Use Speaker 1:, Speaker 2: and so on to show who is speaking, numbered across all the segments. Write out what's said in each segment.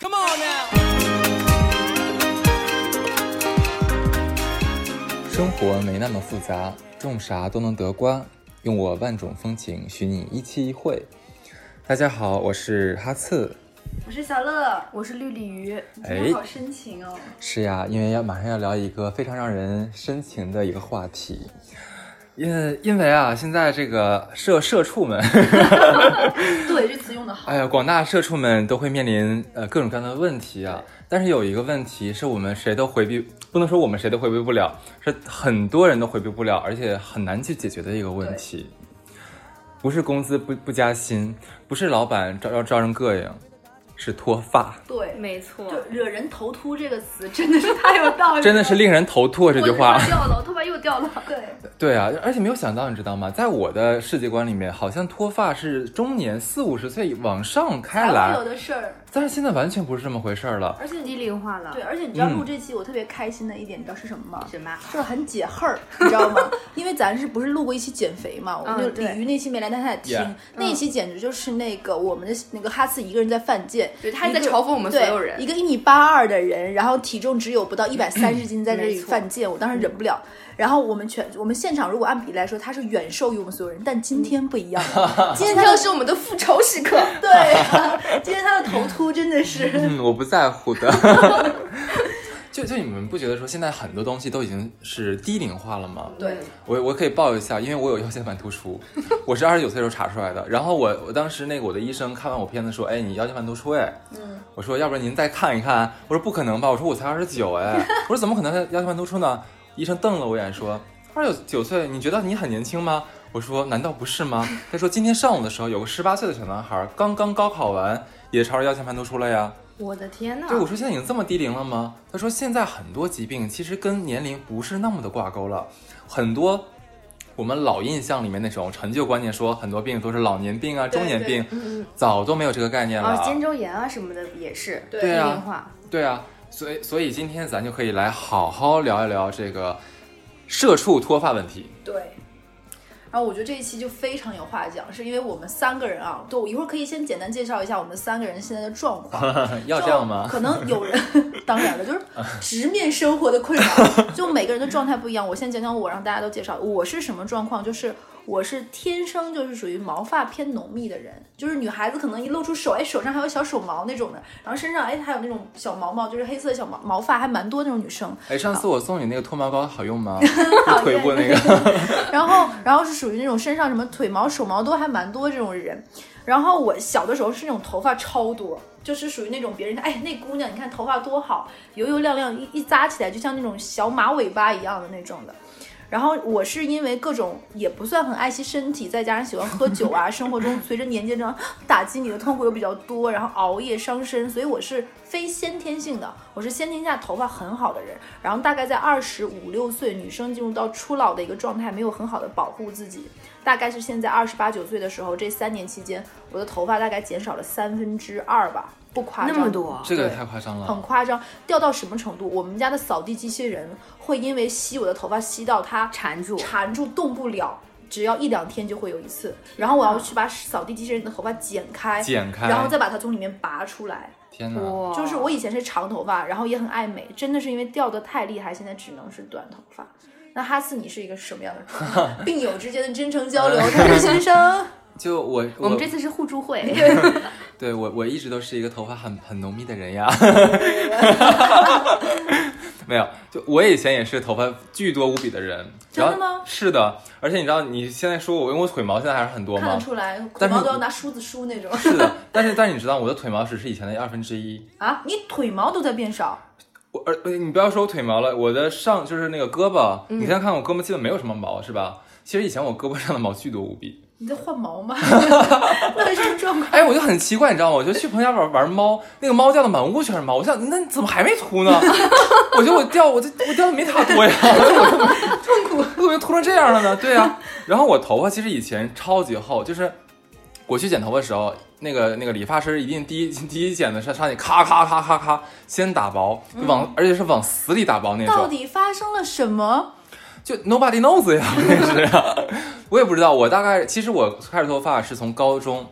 Speaker 1: Come on now.
Speaker 2: 生活没那么复杂，种啥都能得瓜。用我万种风情，许你一期一会。大家好，我是哈刺。
Speaker 3: 我是小乐，
Speaker 4: 我是绿鲤鱼，
Speaker 2: 哎，
Speaker 3: 好深情哦。
Speaker 2: 是呀，因为要马上要聊一个非常让人深情的一个话题。因因为啊，现在这个社社畜们，
Speaker 3: 对，这词用的好。
Speaker 2: 哎呀，广大社畜们都会面临呃各种各样的问题啊。但是有一个问题是我们谁都回避，不能说我们谁都回避不了，是很多人都回避不了，而且很难去解决的一个问题。不是工资不不加薪，不是老板招招招人膈应，是脱发，
Speaker 3: 对，
Speaker 4: 没错
Speaker 3: 就惹人头秃这个词真的是太有道理，
Speaker 2: 真的是令人头秃啊！这句
Speaker 4: 我
Speaker 2: 话
Speaker 4: 头发。掉了，我头发又掉了。
Speaker 3: 对，
Speaker 2: 对啊，而且没有想到，你知道吗？在我的世界观里面，好像脱发是中年四五十岁往上开
Speaker 3: 还
Speaker 2: 来
Speaker 3: 会有，的事儿。
Speaker 2: 但是现在完全不是这么回事儿了。
Speaker 3: 而且
Speaker 4: 低
Speaker 3: 你
Speaker 4: 龄化了
Speaker 3: 对，，而且你知道
Speaker 2: 嗯
Speaker 3: 录这期我特别开心的一点，你知道是什么吗？
Speaker 4: 啊什么？
Speaker 3: 就是很解恨儿，你知道吗？因为咱是不是录过一期减肥嘛？我
Speaker 4: 嗯
Speaker 3: 们就
Speaker 4: 对
Speaker 3: 鲤鱼那期没来，但他也听
Speaker 2: Yeah
Speaker 3: 那一期简直就是那个我们的那个哈次一个人在犯贱，
Speaker 4: 对他
Speaker 3: 一
Speaker 4: 在
Speaker 3: 个
Speaker 4: 嘲讽我们
Speaker 3: 对
Speaker 4: 所有人
Speaker 3: 一个一米八二的人，然后体重只有不到一百三 十斤，在这里
Speaker 4: 没错嗯
Speaker 3: 犯贱，我当时忍不了。然后我们全我们现场如果按比例来说，他是远瘦于我们所有人，但
Speaker 4: 嗯
Speaker 3: 今天不一样 了，今天
Speaker 4: 今
Speaker 3: 他
Speaker 4: 天
Speaker 3: 的
Speaker 4: 是我们的复仇时刻。
Speaker 3: 对， 今天他的头秃真的 是。
Speaker 2: 嗯，我不在乎的。 就就你们不觉得说现在很多东西都已经是低龄化了吗？
Speaker 3: 对，
Speaker 2: 我我可以报一下，因为我有腰间盘突出，我是二十九岁时候查出来的。然后我我当时那个我的医生看完我片子说，哎，你腰间盘突出哎，嗯，我说要不然您再看一看，我说不可能吧，我说我才二十九哎，我说怎么可能腰间盘突出呢？医生瞪了我一眼说，二十九岁你觉得你很年轻吗？我说难道不是吗？他说今天上午的时候有个十八岁的小男孩刚刚高考完也朝着腰间盘突出了呀。
Speaker 4: 我的天呐！
Speaker 2: 对，我说现在已经这么低龄了吗？他说现在很多疾病其实跟年龄不是那么的挂钩了，很多我们老印象里面那种陈旧观念说很多病都是老年病啊、中年病，
Speaker 4: 嗯
Speaker 2: 早都没有这个概念
Speaker 4: 嗯，
Speaker 2: 了
Speaker 4: 啊，肩
Speaker 2: 啊。
Speaker 4: 周炎啊什么的也是低
Speaker 3: 对
Speaker 2: 对啊
Speaker 4: 龄化。
Speaker 2: 对啊，所以所以今天咱就可以来好好聊一聊这个社畜脱发问题。
Speaker 3: 对。然后我觉得这一期就非常有话讲，是因为我们三个人啊，就我一会儿可以先简单介绍一下我们三个人现在的状况。
Speaker 2: 嗯要这样吗
Speaker 3: 就？可能有人，当然了，就是直面生活的困扰，就每个人的状态不一样。我先讲讲我，让大家都介绍我是什么状况，就是我是天生就是属于毛发偏浓密的人，就是女孩子可能一露出手，哎，手上还有小手毛那种的，然后身上哎还有那种小毛毛，就是黑色小毛毛发还蛮多那种女生。
Speaker 2: 哎，上次我送你那个脱毛膏好用 吗？就腿部那个。
Speaker 3: 然后，然后是属于那种身上什么腿毛、手毛都还蛮多这种人。然后我小的时候是那种头发超多，就是属于那种别人看，哎，那姑娘你看头发多好，油油亮亮，一一扎起来就像那种小马尾巴一样的那种的。然后我是因为各种也不算很爱惜身体，再加上喜欢喝 酒啊，生活中随着年纪这样打击你的痛苦又比较多，然后熬夜伤身，所以我是非先天性的，我是先天下头发很好的人。然后大概在二十五六岁，女生进入到初老的一个状态，没有很好的保护自己，大概是现在二十八九岁的时候，这三年期间，我的头发大概减少了三分之二吧，不夸张，
Speaker 4: 那么多 啊
Speaker 2: 这个太夸张了
Speaker 3: 很。夸张，掉到什么程度？我们家的扫地机器人会因为吸我的头发吸到它
Speaker 4: 缠住
Speaker 3: 缠住动不了，只要一两天就会有一次。然后我要去把扫地机器人的头发剪开，
Speaker 2: 剪开
Speaker 3: 然后再把它从里面拔出来。
Speaker 2: 天哪！
Speaker 3: 就是我以前是长头发，然后也很爱美，真的是因为掉的太厉害，现在只能是短头发。那哈斯，你是一个什么样的 人？病友之间的真诚交流， 他是先生。
Speaker 2: 就我
Speaker 4: 我们这次是互助 会，
Speaker 2: 对我，我一直都是一个头发很很浓密的人 呀。没有，就我以前也是头发巨多无比的人。
Speaker 3: 真
Speaker 2: 然
Speaker 3: 的
Speaker 2: 后
Speaker 3: 吗
Speaker 2: 是的，而且你知道，你现在说我，因 为我腿毛现在还是很多
Speaker 3: 看得
Speaker 2: 嘛。
Speaker 3: 出来，腿
Speaker 2: 但是
Speaker 3: 毛都要拿梳子梳 那种
Speaker 2: 是的，但是但是你知道，我的腿毛只是以前的二分之一。
Speaker 3: 啊！你腿毛都在变少，
Speaker 2: 我而呃你不要说我腿毛了，我的上就是那个胳膊，
Speaker 3: 嗯
Speaker 2: 你现在看我胳膊基本没有什么毛，是吧？其实以前我胳膊上的毛巨多无比。
Speaker 3: 你在换 毛吗？到底是什么状况？
Speaker 2: 哎，我就很奇怪，你知道吗？我就去朋友家玩玩猫，那个猫掉的满屋全是猫。我想，那你怎么还没秃呢？ 我觉得我掉，我这我掉的没它多呀， 痛苦，我怎么秃成这样了呢？对呀、然后我头发其实以前超级厚，就是我去剪头发的时候，那个那个理发师一定第一 第一剪的是上去咔咔咔咔咔，先打薄，就往、而且是往死里打薄那
Speaker 3: 嗯到
Speaker 2: 种，
Speaker 3: 底发生了什么？
Speaker 2: 就 nobody knows 呀，我也 是啊，我也不知道，我大概其实我开始脱发是从高中，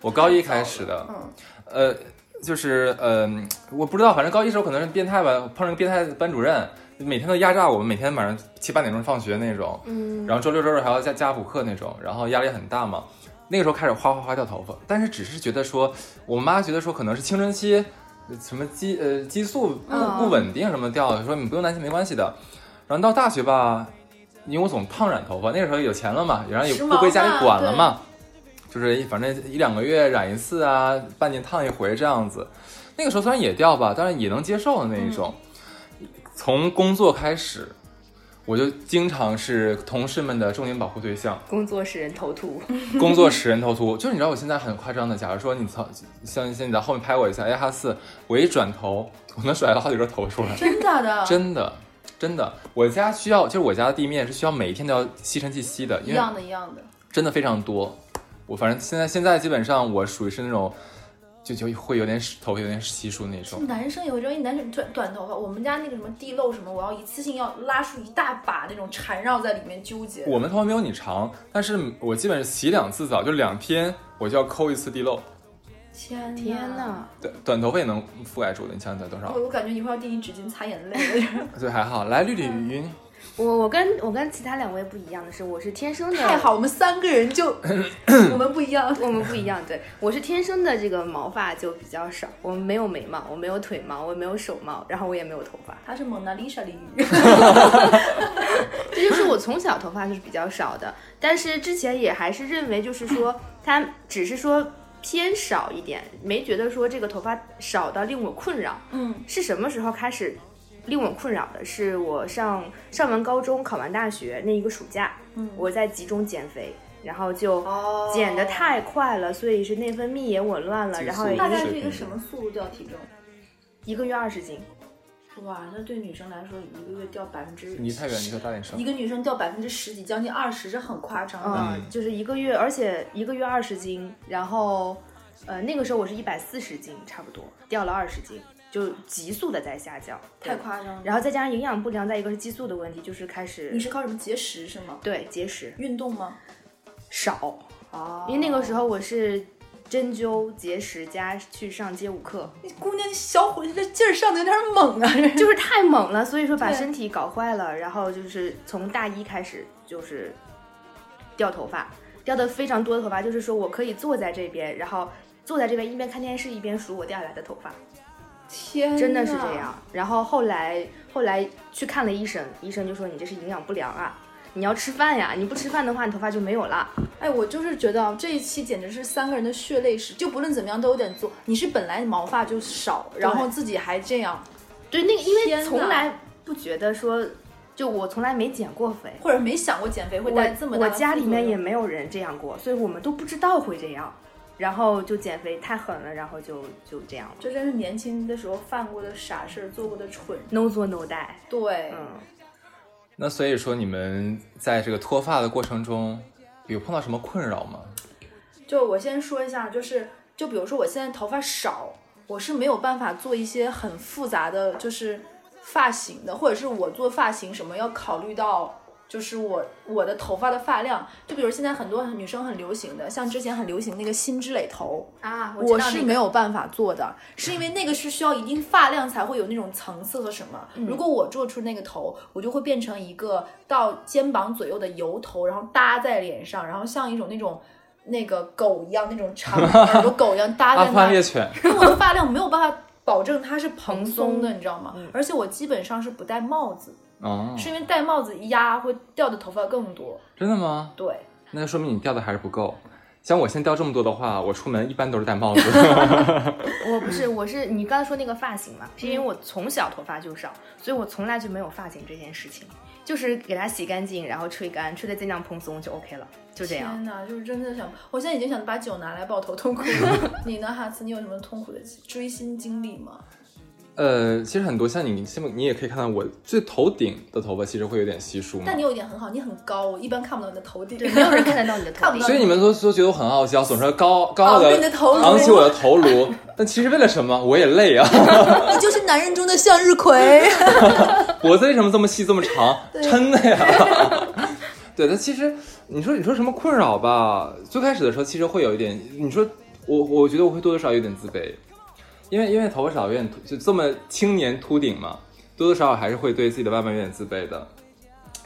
Speaker 2: 我高一开始的。
Speaker 3: 嗯，
Speaker 2: 呃，就是嗯、我不知道，反正高一时候可能是变态吧，碰上个变态的班主任，每天都压榨我们，每天晚上七八点钟放学那种，
Speaker 4: 嗯，
Speaker 2: 然后周六周日还要加加补课那种，然后压力很大嘛。那个时候开始哗哗哗掉头发，但是只是觉得说，我妈觉得说可能是青春期，呃什么激呃激素不
Speaker 3: 嗯
Speaker 2: 不稳定什么掉的，说你不用担心，没关系的。然后到大学吧，因为我总烫染头发，那个时候有钱了嘛，然后也
Speaker 3: 时髦
Speaker 2: 不归家
Speaker 3: 嘛
Speaker 2: 里管了嘛，就是一反正一两个月染一次啊，半年烫一回这样子。那个时候虽然也掉吧，但是也能接受的那一种。
Speaker 3: 嗯
Speaker 2: 从工作开始，我就经常是同事们的重点保护对象。
Speaker 4: 工作使人头秃，
Speaker 2: 工作使人头秃，就是你知道我现在很夸张的，假如说你从像像你在后面拍我一下，哎哈四，我一转头，我能甩了好几个头出来，
Speaker 3: 真假的？
Speaker 2: 真的真的，我家需要就是我家的地面是需要每一天都要吸尘器吸的，
Speaker 3: 一
Speaker 2: 因为
Speaker 3: 样的，一样的。
Speaker 2: 真的非常多。我反正现在现在基本上我属于是那种，就就会有点头有点稀疏那种。
Speaker 3: 男生也会这样，因为男生短短头发，我们家那个什么地漏什么，我要一次性要拉出一大把那种缠绕在里面纠结。
Speaker 2: 我们头发没有你长，但是我基本上洗两次澡，就两天我就要抠一次地漏。
Speaker 3: 天
Speaker 4: 天
Speaker 3: 哪！
Speaker 4: 哪，
Speaker 2: 短短头发也能覆盖住的，你想想得多少？
Speaker 3: 我我感觉一会儿要递你纸巾擦眼泪 了，
Speaker 2: 对，还好。来，绿鲤鱼，
Speaker 4: 我我跟我跟其他两位不一样的是，我是天生的，
Speaker 3: 太好，我们三个 人就我们不一样。
Speaker 4: 我们不一样，对我是天生的这个毛发就比较少，我没有眉毛，我没有腿毛，我没有手毛，然后我也没有头发，
Speaker 3: 她是蒙娜丽莎鲤鱼，
Speaker 4: 这就是我从小头发就是比较少的，但是之前也还是认为就是说它只是说偏少一点，没觉得说这个头发少到令我困扰。
Speaker 3: 嗯，
Speaker 4: 是什么时候开始令我困扰的？是我上上完高中考完大学那一个暑假，
Speaker 3: 嗯
Speaker 4: 我在集中减肥，然后就
Speaker 3: 哦
Speaker 4: 减得太快了，所以是内分泌也紊乱了，
Speaker 2: 激素
Speaker 4: 然后也
Speaker 3: 大
Speaker 2: 概
Speaker 3: 概
Speaker 2: 是
Speaker 3: 是
Speaker 2: 一
Speaker 3: 一
Speaker 2: 个
Speaker 3: 个
Speaker 2: 什
Speaker 3: 什么速度掉体重？
Speaker 4: 一个月二十斤。
Speaker 3: 哇，那对女生来说，一个月掉百分之
Speaker 2: 你离太远，你说大点声
Speaker 3: 一。个女生掉百分之十几，将近二十，是很夸张的。
Speaker 4: 嗯，就是一个月，而且一个月二十斤，然后，呃，那个时候我是一百四十斤，差不多掉了二十斤，就急速的在下降，
Speaker 3: 太
Speaker 4: 对。
Speaker 3: 夸张了。
Speaker 4: 然后再加上营养不良，再一个是激素的问题，就是开
Speaker 3: 你
Speaker 4: 始
Speaker 3: 是靠什么节食是吗？
Speaker 4: 对节食
Speaker 3: 运动吗？
Speaker 4: 少，
Speaker 3: 哦
Speaker 4: 因为那个时候我是针灸、节食加去上街舞课，
Speaker 3: 姑娘小伙子这劲儿上的有点猛啊， 这
Speaker 4: 就是太猛了，所以说把
Speaker 3: 对
Speaker 4: 身体搞坏了。然后就是从大一开始就是掉头发，掉的非常多的头发，就是说我可以坐在这边，然后坐在这边一边看电视一边数我掉下来的头发，
Speaker 3: 天，
Speaker 4: 真的是
Speaker 3: 哎
Speaker 4: 这。样。然后后来后来去看了医生，医生就说你这是营养不良啊。你要吃饭呀，你不吃饭的话，你头发就没有了。
Speaker 3: 哎，我就是觉得啊，这一期简直是三个人的血泪史，就不论怎么样都有点做。你是本来毛发就少，然后自己还这样，
Speaker 4: 对，那个因
Speaker 3: 天
Speaker 4: 为
Speaker 3: 哪
Speaker 4: 从来不觉得说，就我从来没减过肥，
Speaker 3: 或者没想过减肥会带来这么
Speaker 4: 我
Speaker 3: 大
Speaker 4: 我
Speaker 3: 的
Speaker 4: 家里面也
Speaker 3: 副
Speaker 4: 没有人这样过，所以我们都不知道会这样，然后就减肥太狠了，然后就就这样了
Speaker 3: 作用，这真是年轻的时候犯过的傻事儿，做过的蠢。
Speaker 4: ，no 做 no die。
Speaker 3: 对，
Speaker 4: 嗯，
Speaker 2: 那所以说，你们在这个脱发的过程中，有碰到什么困扰吗？
Speaker 3: 就我先说一下，就是就比如说我现在头发少，我是没有办法做一些很复杂的，就是发型的，或者是我做发型什么要考虑到。就是我我的头发的发量，就比如现在很多女生很流行的，像之前很流行那个心之类头，
Speaker 4: 啊，
Speaker 3: 我是没有办法做的，是因为那个是需要一定发量才会有那种层次和什么。如果我做出那个头，我就会变成一个到肩膀左右的油头，然后搭在脸上，然后像一种那种那个狗一样那种长耳朵狗一样搭
Speaker 2: 阿
Speaker 3: 在
Speaker 2: 富
Speaker 3: 那
Speaker 2: 汗
Speaker 3: 儿，
Speaker 2: 猎犬，
Speaker 3: 因为我的发量没有办法保证它是蓬
Speaker 4: 蓬
Speaker 3: 松的，
Speaker 4: 松
Speaker 3: 你知道吗
Speaker 4: 嗯？
Speaker 3: 而且我基本上是不戴帽子，
Speaker 2: 哦，
Speaker 3: 是因为戴帽子一压会掉的头发更多。
Speaker 2: 真的吗？
Speaker 3: 对，
Speaker 2: 那说明你掉的还是不够。像我现在掉这么多的话，我出门一般都是戴帽子。
Speaker 4: 我不 是，我是你刚才说那个发型嘛，是因为
Speaker 3: 嗯
Speaker 4: 我从小头发就少，所以我从来就没有发型这件事情，就是给它洗干净，然后吹干，吹得尽量蓬松就 OK 了，就这样。
Speaker 3: 天哪，就是真的想，我现在已经想把酒拿来抱头痛哭了。你呢，哈斯？你有什么痛苦的追星经历吗？
Speaker 2: 呃，其实很多像你，现在你也可以看到我最头顶的头发其实会有点稀疏嘛
Speaker 3: 但。你有一点很好，你很高，我一般看不到你的头顶。
Speaker 4: 对， 没有人看得到你的头
Speaker 3: 看不
Speaker 4: 顶
Speaker 3: 到。
Speaker 2: 所以你们都都觉得我很傲娇，总是高高
Speaker 3: 昂
Speaker 2: 的
Speaker 3: 着你的头颅
Speaker 2: 昂起我的头颅。但其实为了什么？我也累啊。
Speaker 3: 你就是男人中的向日葵。
Speaker 2: 脖子为什么这么细这么长？抻的呀。 对，但其实你说你说什么困扰吧，最开始的时候其实会有一点，你说我我觉得我会多多少少有点自卑，因为因为头发少有点秃就这么青年秃顶嘛，多多少少还是会对自己的外貌有点自卑的。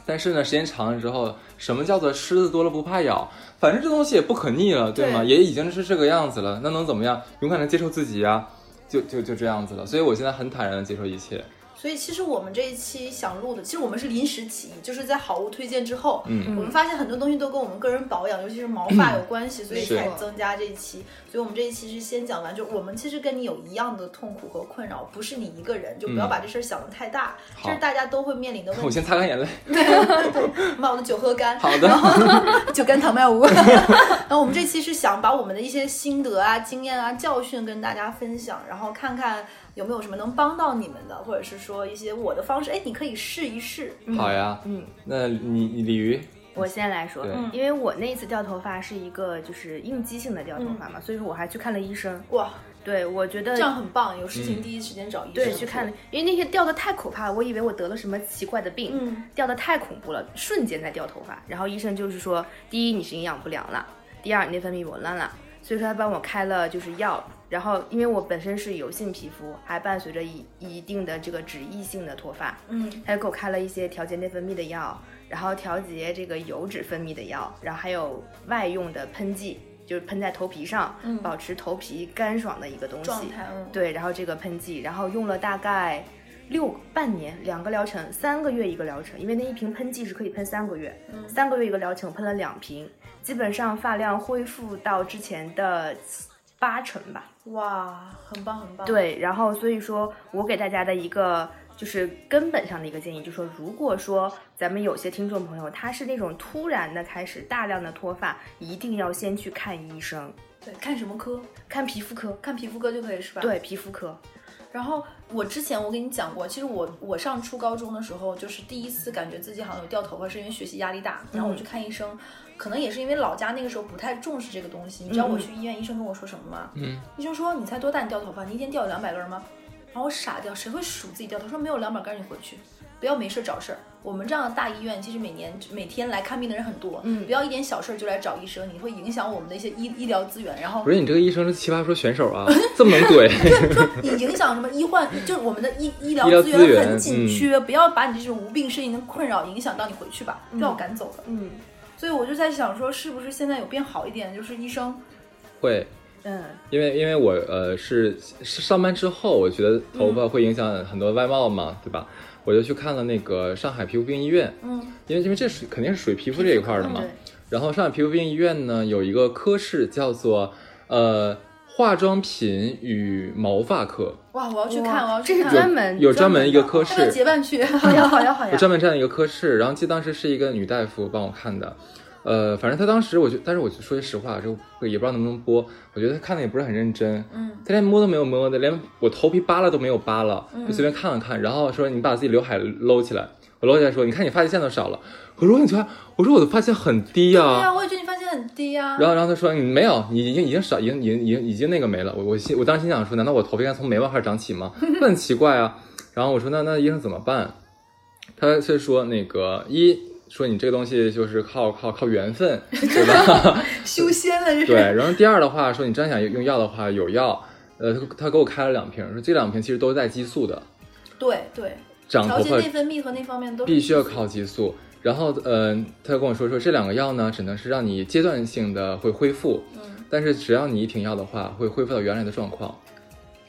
Speaker 2: 但是呢，时间长了之后，什么叫做虱子多了不怕咬？反正这东西也不可逆了，对吗？
Speaker 4: 对
Speaker 2: 也已经是这个样子了，那能怎么样？勇敢的接受自己呀、就就就这样子了。所以我现在很坦然的接受一切。
Speaker 3: 所以其实我们这一期想录的，其实我们是临时起意，就是在好物推荐之后，
Speaker 2: 嗯
Speaker 3: 我们发现很多东西都跟我们个人保养，尤其是毛发有关系，所以
Speaker 2: 是
Speaker 3: 才增加这一期。所以我们这一期是先讲完，就我们其实跟你有一样的痛苦和困扰，不是你一个人，就不要
Speaker 2: 嗯
Speaker 3: 把这事儿想得太大，
Speaker 2: 好
Speaker 3: 这是大家都会面临的问
Speaker 2: 我
Speaker 3: 题。
Speaker 2: 先擦干眼泪。
Speaker 3: 把我的酒喝干，
Speaker 2: 好的
Speaker 3: 然后 酒干倘卖 无。然后我们这期是想把我们的一些心得啊、经验啊、教训跟大家分享，然后看看有没有什么能帮到你们的，或者是说一些我的方式，哎，你可以试一试。嗯
Speaker 2: 好呀，
Speaker 4: 嗯，
Speaker 2: 那你你鲤鱼，
Speaker 4: 我先来说
Speaker 2: 对，
Speaker 4: 因为我那一次掉头发是一个就是应激性的掉头发嘛，所以说我还去看了医生。
Speaker 3: 哇，
Speaker 4: 对，我觉得
Speaker 3: 嗯这样很棒，有事情第一时间找医生、
Speaker 4: 对去看了，因为那天掉的太可怕了，我以为我得了什么奇怪的病，
Speaker 3: 嗯
Speaker 4: 掉的太恐怖了，瞬间在掉头发。然后医生就是说，第一你是营养不良了，第二你内分泌紊乱了，所以说他帮我开了就是药。然后因为我本身是油性皮肤，还伴随着一一定的这个脂溢性的脱发，
Speaker 3: 嗯，
Speaker 4: 他就给我开了一些调节内分泌的药，然后调节这个油脂分泌的药，然后还有外用的喷剂，就是喷在头皮上，
Speaker 3: 嗯
Speaker 4: 保持头皮干爽的一个东西。
Speaker 3: 状态，嗯，
Speaker 4: 对，然后这个喷剂，然后用了大概六半年，两个疗程，三个月一个疗程，因为那一瓶喷剂是可以喷三个月，
Speaker 3: 嗯
Speaker 4: 三个月一个疗程，我喷了两瓶，基本上发量恢复到之前的八成吧。
Speaker 3: 哇，很棒很棒。，
Speaker 4: 对，然后所以说我给大家的一个就是根本上的一个建议，就是说，如果说咱们有些听众朋友他是那种突然的开始大量的脱发，一定要先去看医生，
Speaker 3: 对，看什么科？
Speaker 4: 看皮肤科。
Speaker 3: 看皮肤科就可以是吧？。
Speaker 4: 对皮肤科，
Speaker 3: 然后我之前我跟你讲过，其实我我上初高中的时候，就是第一次感觉自己好像有掉头发，是因为学习压力大，然后我去看医生，可能也是因为老家那个时候不太重视这个东西。你知道我去医院，医生跟我说什么吗？
Speaker 2: 嗯，
Speaker 3: 医生说你才多大，你掉头发，你一天掉有两百根儿吗？然后我傻掉，谁会数自己掉头？他说没有两百根儿，你回去。不要没事儿找事儿。我们这样的大医院，其实每年每天来看病的人很多，嗯不要一点小事儿就来找医生，你会影响我们的一些医医疗资源。然后
Speaker 2: 不是你这个医生是奇葩说选手 啊，这么能怼，
Speaker 3: 你影响什么医患，就是我们的医医疗
Speaker 2: 医疗
Speaker 3: 资
Speaker 2: 资
Speaker 3: 源
Speaker 2: 源嗯
Speaker 3: 很紧缺，不要把你这种无病呻吟的困扰影响到你回去吧，不要赶走了。
Speaker 4: 嗯
Speaker 3: 所以我就在想说，是不是现在有变好一点？就是医生，
Speaker 2: 会。
Speaker 4: 嗯，
Speaker 2: 因为因为我呃是是上班之后，我觉得头发会影响很多外貌嘛，对吧？我就去看了那个上海皮肤病医院，
Speaker 3: 嗯
Speaker 2: 因为因为这属肯定是属于皮肤这一块儿的嘛
Speaker 4: 对。
Speaker 2: 然后上海皮肤病医院呢有一个科室叫做呃化妆品与毛发科，
Speaker 3: 哇，我要去
Speaker 4: 哇
Speaker 3: 看，我要
Speaker 4: 这
Speaker 3: 去
Speaker 4: 是
Speaker 3: 看，
Speaker 4: 专门
Speaker 2: 有专门一个
Speaker 4: 的
Speaker 2: 科
Speaker 3: 要不要
Speaker 2: 室，
Speaker 3: 结伴去？
Speaker 4: 好呀 好呀好呀，
Speaker 2: 我专门这样一个科室，然后记得当时是一个女大夫帮我看的，呃，反正她当时我就，但是我就说句实话，这个也不知道能不能播，我觉得她看的也不是很认真，
Speaker 3: 嗯，
Speaker 2: 她连摸都没有摸的，连我头皮扒拉都没有扒拉，
Speaker 3: 嗯
Speaker 2: 就随便看了看，然后说你把自己刘海搂起来，我搂起来说，你看你发际线都少了，我说你看，我说我的发际线很低啊呀、
Speaker 3: 对啊呀、我也觉得你发现很低啊呀、
Speaker 2: 然后，然后她说你嗯没有，你已经已经少，已经已经已经已经那个没了。我我心我当时心想说，难道我头发应该从眉毛开始长起吗？ 那很奇怪啊。然后我说那那医生怎么办？他是说那个一说你这个东西就是靠靠靠缘分，对吧？
Speaker 3: 修仙了这
Speaker 2: 对。
Speaker 3: 是。
Speaker 2: 然后第二的话说你真想用药的话有药，呃，他他给我开了两瓶，说这两瓶其实都是带激素的，
Speaker 3: 对对，
Speaker 2: 长
Speaker 3: 调
Speaker 2: 头
Speaker 3: 节
Speaker 2: 发
Speaker 3: 内分泌和那方面都是
Speaker 2: 必须要靠激素。然后，嗯、他跟我说说这两个药呢，只能是让你阶段性的会恢复，
Speaker 3: 嗯
Speaker 2: 但是只要你一停药的话，会恢复到原来的状况，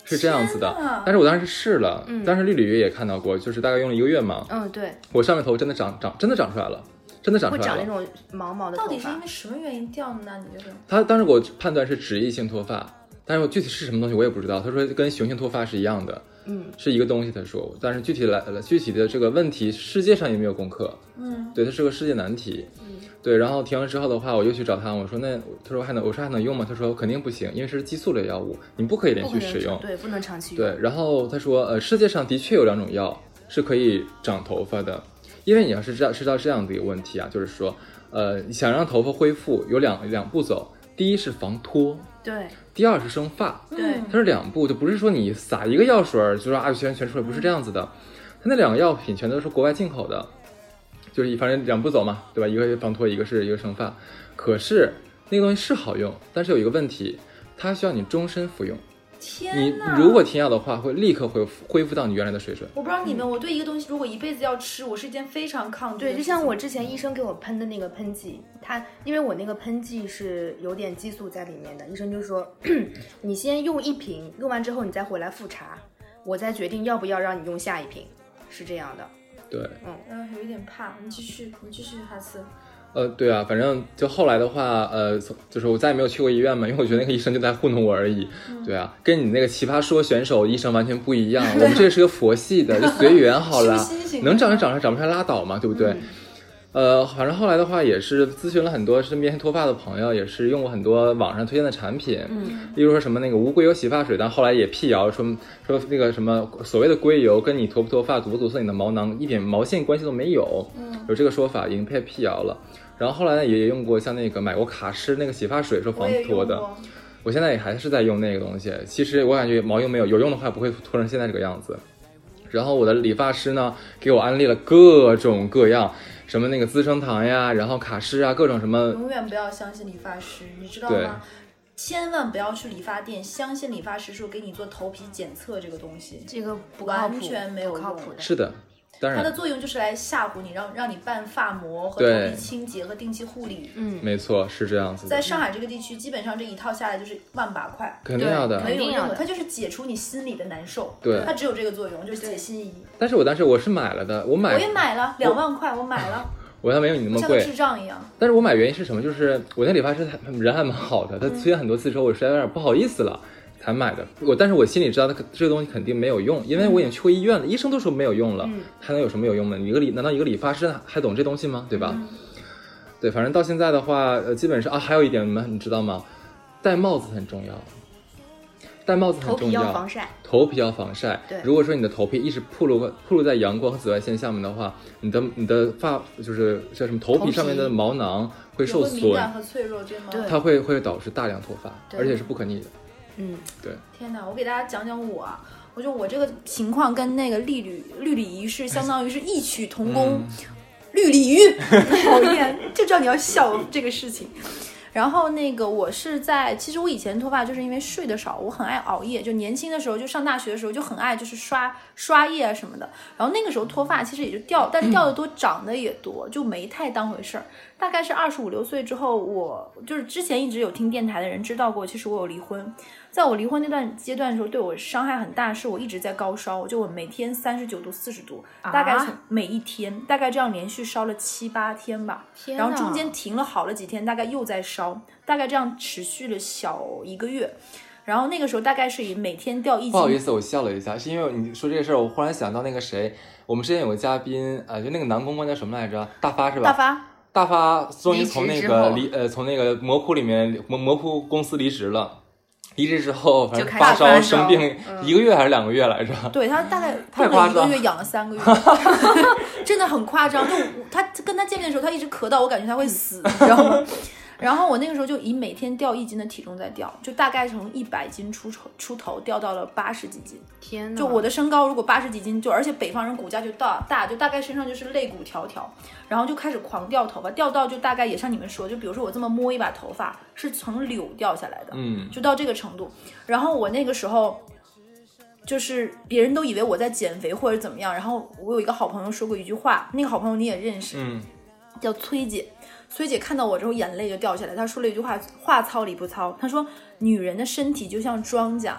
Speaker 2: 是这样子的
Speaker 3: 天哪。
Speaker 2: 但是我当时试了，
Speaker 4: 嗯
Speaker 2: 当时绿鲤鱼也看到过，就是大概用了一个月嘛，
Speaker 4: 嗯对，
Speaker 2: 我上面头真的长长，真的长出来了，真的长出
Speaker 4: 会
Speaker 2: 来
Speaker 4: 长那
Speaker 2: 了。
Speaker 4: 种毛毛的头发。
Speaker 3: 到底是因为什么原因掉的呢？你觉得？
Speaker 2: 他当时给我判断是脂溢性脱发，但是我具体是什么东西我也不知道。他说跟雄性脱发是一样的，
Speaker 4: 嗯，
Speaker 2: 是一个东西。他说，但是具体来呃具体的这个问题，世界上也没有功课。
Speaker 3: 嗯
Speaker 2: 对，它是个世界难题。
Speaker 4: 嗯
Speaker 2: 对，然后停了之后的话，我又去找他，我说那他说还能，我说还能用吗？他说肯定不行，因为是激素类药物，你不可以连
Speaker 4: 不可
Speaker 2: 续
Speaker 4: 能
Speaker 2: 使用。
Speaker 4: 对，不能长期用。
Speaker 2: 对，然后他说，呃，世界上的确有两种药是可以长头发的，因为你要是知道知道这样的一个问题啊，就是说，呃，想让头发恢复有两两步走，第一是防脱，
Speaker 4: 对
Speaker 2: 第二是生发。
Speaker 4: 对
Speaker 2: 它是两步，就不是说你撒一个药水儿就说啊全全出来，不是这样子的。它那两个药品全都是国外进口的，就是反正两步走嘛，对吧？一个是防脱，一个是一个生发。可是那个东西是好用，但是有一个问题，它需要你终身服用。你
Speaker 3: 天呐！
Speaker 2: 如果停药的话，会立刻恢复恢复到你原来的水准。
Speaker 3: 我不知道你们，我对一个东西如果一辈子要吃，我是一件非常抗拒的
Speaker 4: 对，
Speaker 3: 事情。
Speaker 4: 就像我之
Speaker 3: 嗯
Speaker 4: 前医生给我喷的那个喷剂，他因为我那个喷剂是有点激素在里面的，医生就说 你先用一瓶，用完之后你再回来复查，我再决定要不要让你用下一瓶，是这样的。
Speaker 2: 对，
Speaker 3: 嗯，有一点怕。你继续，你继续，哈斯。
Speaker 2: 呃，对啊，反正就后来的话，呃，从就是我再也没有去过医院嘛，因为我觉得那个医生就在糊弄我而已。对啊，跟你那个奇葩说选手医生完全不一样，我们这个是个佛系的，就随缘好了
Speaker 3: 舒心型，的
Speaker 2: 能长就长上，长不上拉倒嘛，对不对？呃，反正后来的话也是咨询了很多身边脱发的朋友，也是用过很多网上推荐的产品，
Speaker 4: 嗯，
Speaker 2: 例如说什么那个无硅油洗发水，但后来也辟谣说说那个什么所谓的硅油跟你脱不脱发、阻不阻塞你的毛囊一点毛线关系都没有，
Speaker 3: 嗯，
Speaker 2: 有这个说法已经被辟谣了。然后后来呢，也用过像那个买过卡诗那个洗发水，说
Speaker 3: 我
Speaker 2: 防
Speaker 3: 也
Speaker 2: 脱
Speaker 3: 用
Speaker 2: 的。
Speaker 3: 过。
Speaker 2: 我现在也还是在用那个东西。其实我感觉毛用没有，有用的话不会脱成现在这个样子。然后我的理发师呢，给我安利了各种各样，什么那个资生堂呀，然后卡诗啊，各种什么，
Speaker 3: 永远不要相信理发师，你知道
Speaker 2: 对
Speaker 3: 吗？千万不要去理发店，相信理发师说给你做头皮检测这个东西，
Speaker 4: 这个不靠谱，
Speaker 3: 完全没有
Speaker 4: 不靠
Speaker 3: 用
Speaker 4: 谱的。
Speaker 2: 是的，当
Speaker 3: 它的
Speaker 2: 然，
Speaker 3: 作用就是来吓唬你，让让你办发膜和
Speaker 2: 对
Speaker 3: 头皮清洁和定期护理。
Speaker 4: 嗯，
Speaker 2: 没错，是这样子
Speaker 3: 在
Speaker 2: 的，
Speaker 3: 上海这个地区，基本上这一套下来就是万把块，
Speaker 2: 肯定要的。
Speaker 4: 对
Speaker 3: 没
Speaker 4: 肯嗯
Speaker 3: 有
Speaker 4: 定
Speaker 3: 任
Speaker 4: 要
Speaker 3: 何，
Speaker 4: 的
Speaker 3: 它就是解除你心里的难受。
Speaker 2: 对
Speaker 3: 它只有这个作用，就是解心仪。
Speaker 2: 但是我当时我是买了的，我买
Speaker 3: 我也买了两万块，我买了，
Speaker 2: 我倒没有你那么
Speaker 3: 像个
Speaker 2: 贵，
Speaker 3: 智障一样。
Speaker 2: 但是我买原因是什么？就是我那理发师他人还蛮好的，他推荐很多次之后，我实在有点不好意思了。才买的，我但是我心里知道，他这个东西肯定没有用，因为我已经去过医院了，医生都说没有用了，还能有什么有用的？你一个理，难道一个理发师还还懂这东西吗？对吧？对，反正到现在的话，呃，基本上啊，还有一点你们你知道吗？戴帽子很重要，戴帽子很
Speaker 4: 头
Speaker 2: 重
Speaker 4: 皮
Speaker 2: 要，
Speaker 4: 要防晒，
Speaker 2: 头皮要防晒。
Speaker 4: 对
Speaker 2: 如果说你的头皮一直暴露暴露在阳光和紫外线下面的话，你的你的发就是叫什么头
Speaker 4: 头
Speaker 2: 皮
Speaker 4: 皮
Speaker 2: 上面的毛囊会
Speaker 3: 有
Speaker 2: 受
Speaker 3: 个敏
Speaker 2: 损，
Speaker 3: 感和脆弱，对吗？
Speaker 4: 对
Speaker 2: 它会会导致大量脱发，
Speaker 4: 对
Speaker 2: 而且是不可逆的。
Speaker 4: 嗯，
Speaker 2: 对，
Speaker 3: 天哪，我给大家讲讲我啊，我觉得我这个情况跟那个绿鲤绿鲤鱼是相当于是异曲同工， 绿鲤鱼， 讨厌，就知道你要笑这个事情。然后那个我是在，其实我以前脱发就是因为睡得少，我很爱熬夜，就年轻的时候就上大学的时候就很爱就是刷刷夜啊什么的。然后那个时候脱发其实也就掉，但是掉的多，长得也多，就没太当回事儿。大概是二十五六岁之后，我就是之前一直有听电台的人知道过，其实我有离婚。在我离婚那段阶段的时候，对我伤害很大，是我一直在高烧，就我每天三十九度、四十度，
Speaker 2: 啊
Speaker 3: 大概是每一天，大概这样连续烧了七八天吧。
Speaker 4: 天
Speaker 3: 然后中
Speaker 4: 哪
Speaker 3: 间停了好了几天，大概又在烧，大概这样持续了小一个月。然后那个时候大概是以每天掉一斤，
Speaker 2: 不好意思，我笑了一下，是因为你说这个事儿，我忽然想到那个谁，我们之前有个嘉宾，呃，就那个男公关叫什么来着？大发是吧？
Speaker 3: 大发
Speaker 2: 大发终于从那个
Speaker 4: 离
Speaker 2: 离呃从那个魔窟里面魔魔窟公司离职了，离职之后反正
Speaker 4: 就开始
Speaker 2: 发烧
Speaker 4: 发烧
Speaker 2: 生病
Speaker 4: 嗯
Speaker 2: 一个月还是两个月来着？
Speaker 3: 对他大概
Speaker 2: 太
Speaker 3: 碰
Speaker 2: 夸
Speaker 3: 了一个
Speaker 2: 张
Speaker 3: 月，养了三 个月， 真的很夸张。就我他跟他见面的时候，他一直咳到我感觉他会死，你知道吗？ 然后我那个时候就以每天掉一斤的体重在掉，就大概从一百斤出头出头掉到了八十几斤。
Speaker 4: 天哪！
Speaker 3: 就我的身高如果八十几斤，就而且北方人骨架就大大，就大概身上就是肋骨条条，然后就开始狂掉头发，掉到就大概也像你们说，就比如说我这么摸一把头发是从柳掉下来的，
Speaker 2: 嗯，
Speaker 3: 就到这个程度。然后我那个时候，就是别人都以为我在减肥或者怎么样。然后我有一个好朋友说过一句话，那个好朋友你也认识，
Speaker 2: 嗯，
Speaker 3: 叫崔姐。崔姐看到我之后眼泪就掉下来，她说了一句话，话糙理不糙，她说女人的身体就像庄稼，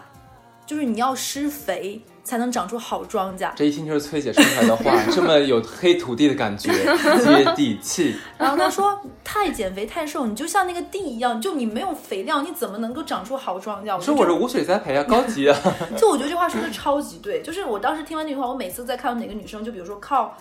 Speaker 3: 就是你要施肥才能长出好庄稼。
Speaker 2: 这一听就是崔姐说出来的 话，这么有黑土地的感觉，接地气。
Speaker 3: 然后他说太减肥太瘦，你就像那个地一样，就你没有肥料，你怎么能够长出好庄稼？我
Speaker 2: 你
Speaker 3: 觉
Speaker 2: 说
Speaker 3: 得
Speaker 2: 我
Speaker 3: 这
Speaker 2: 是无水栽培啊，高级啊，
Speaker 3: 就我觉得这话说的超级对，就是我当时听完那句话，我每次在看到哪个女生，就比如说靠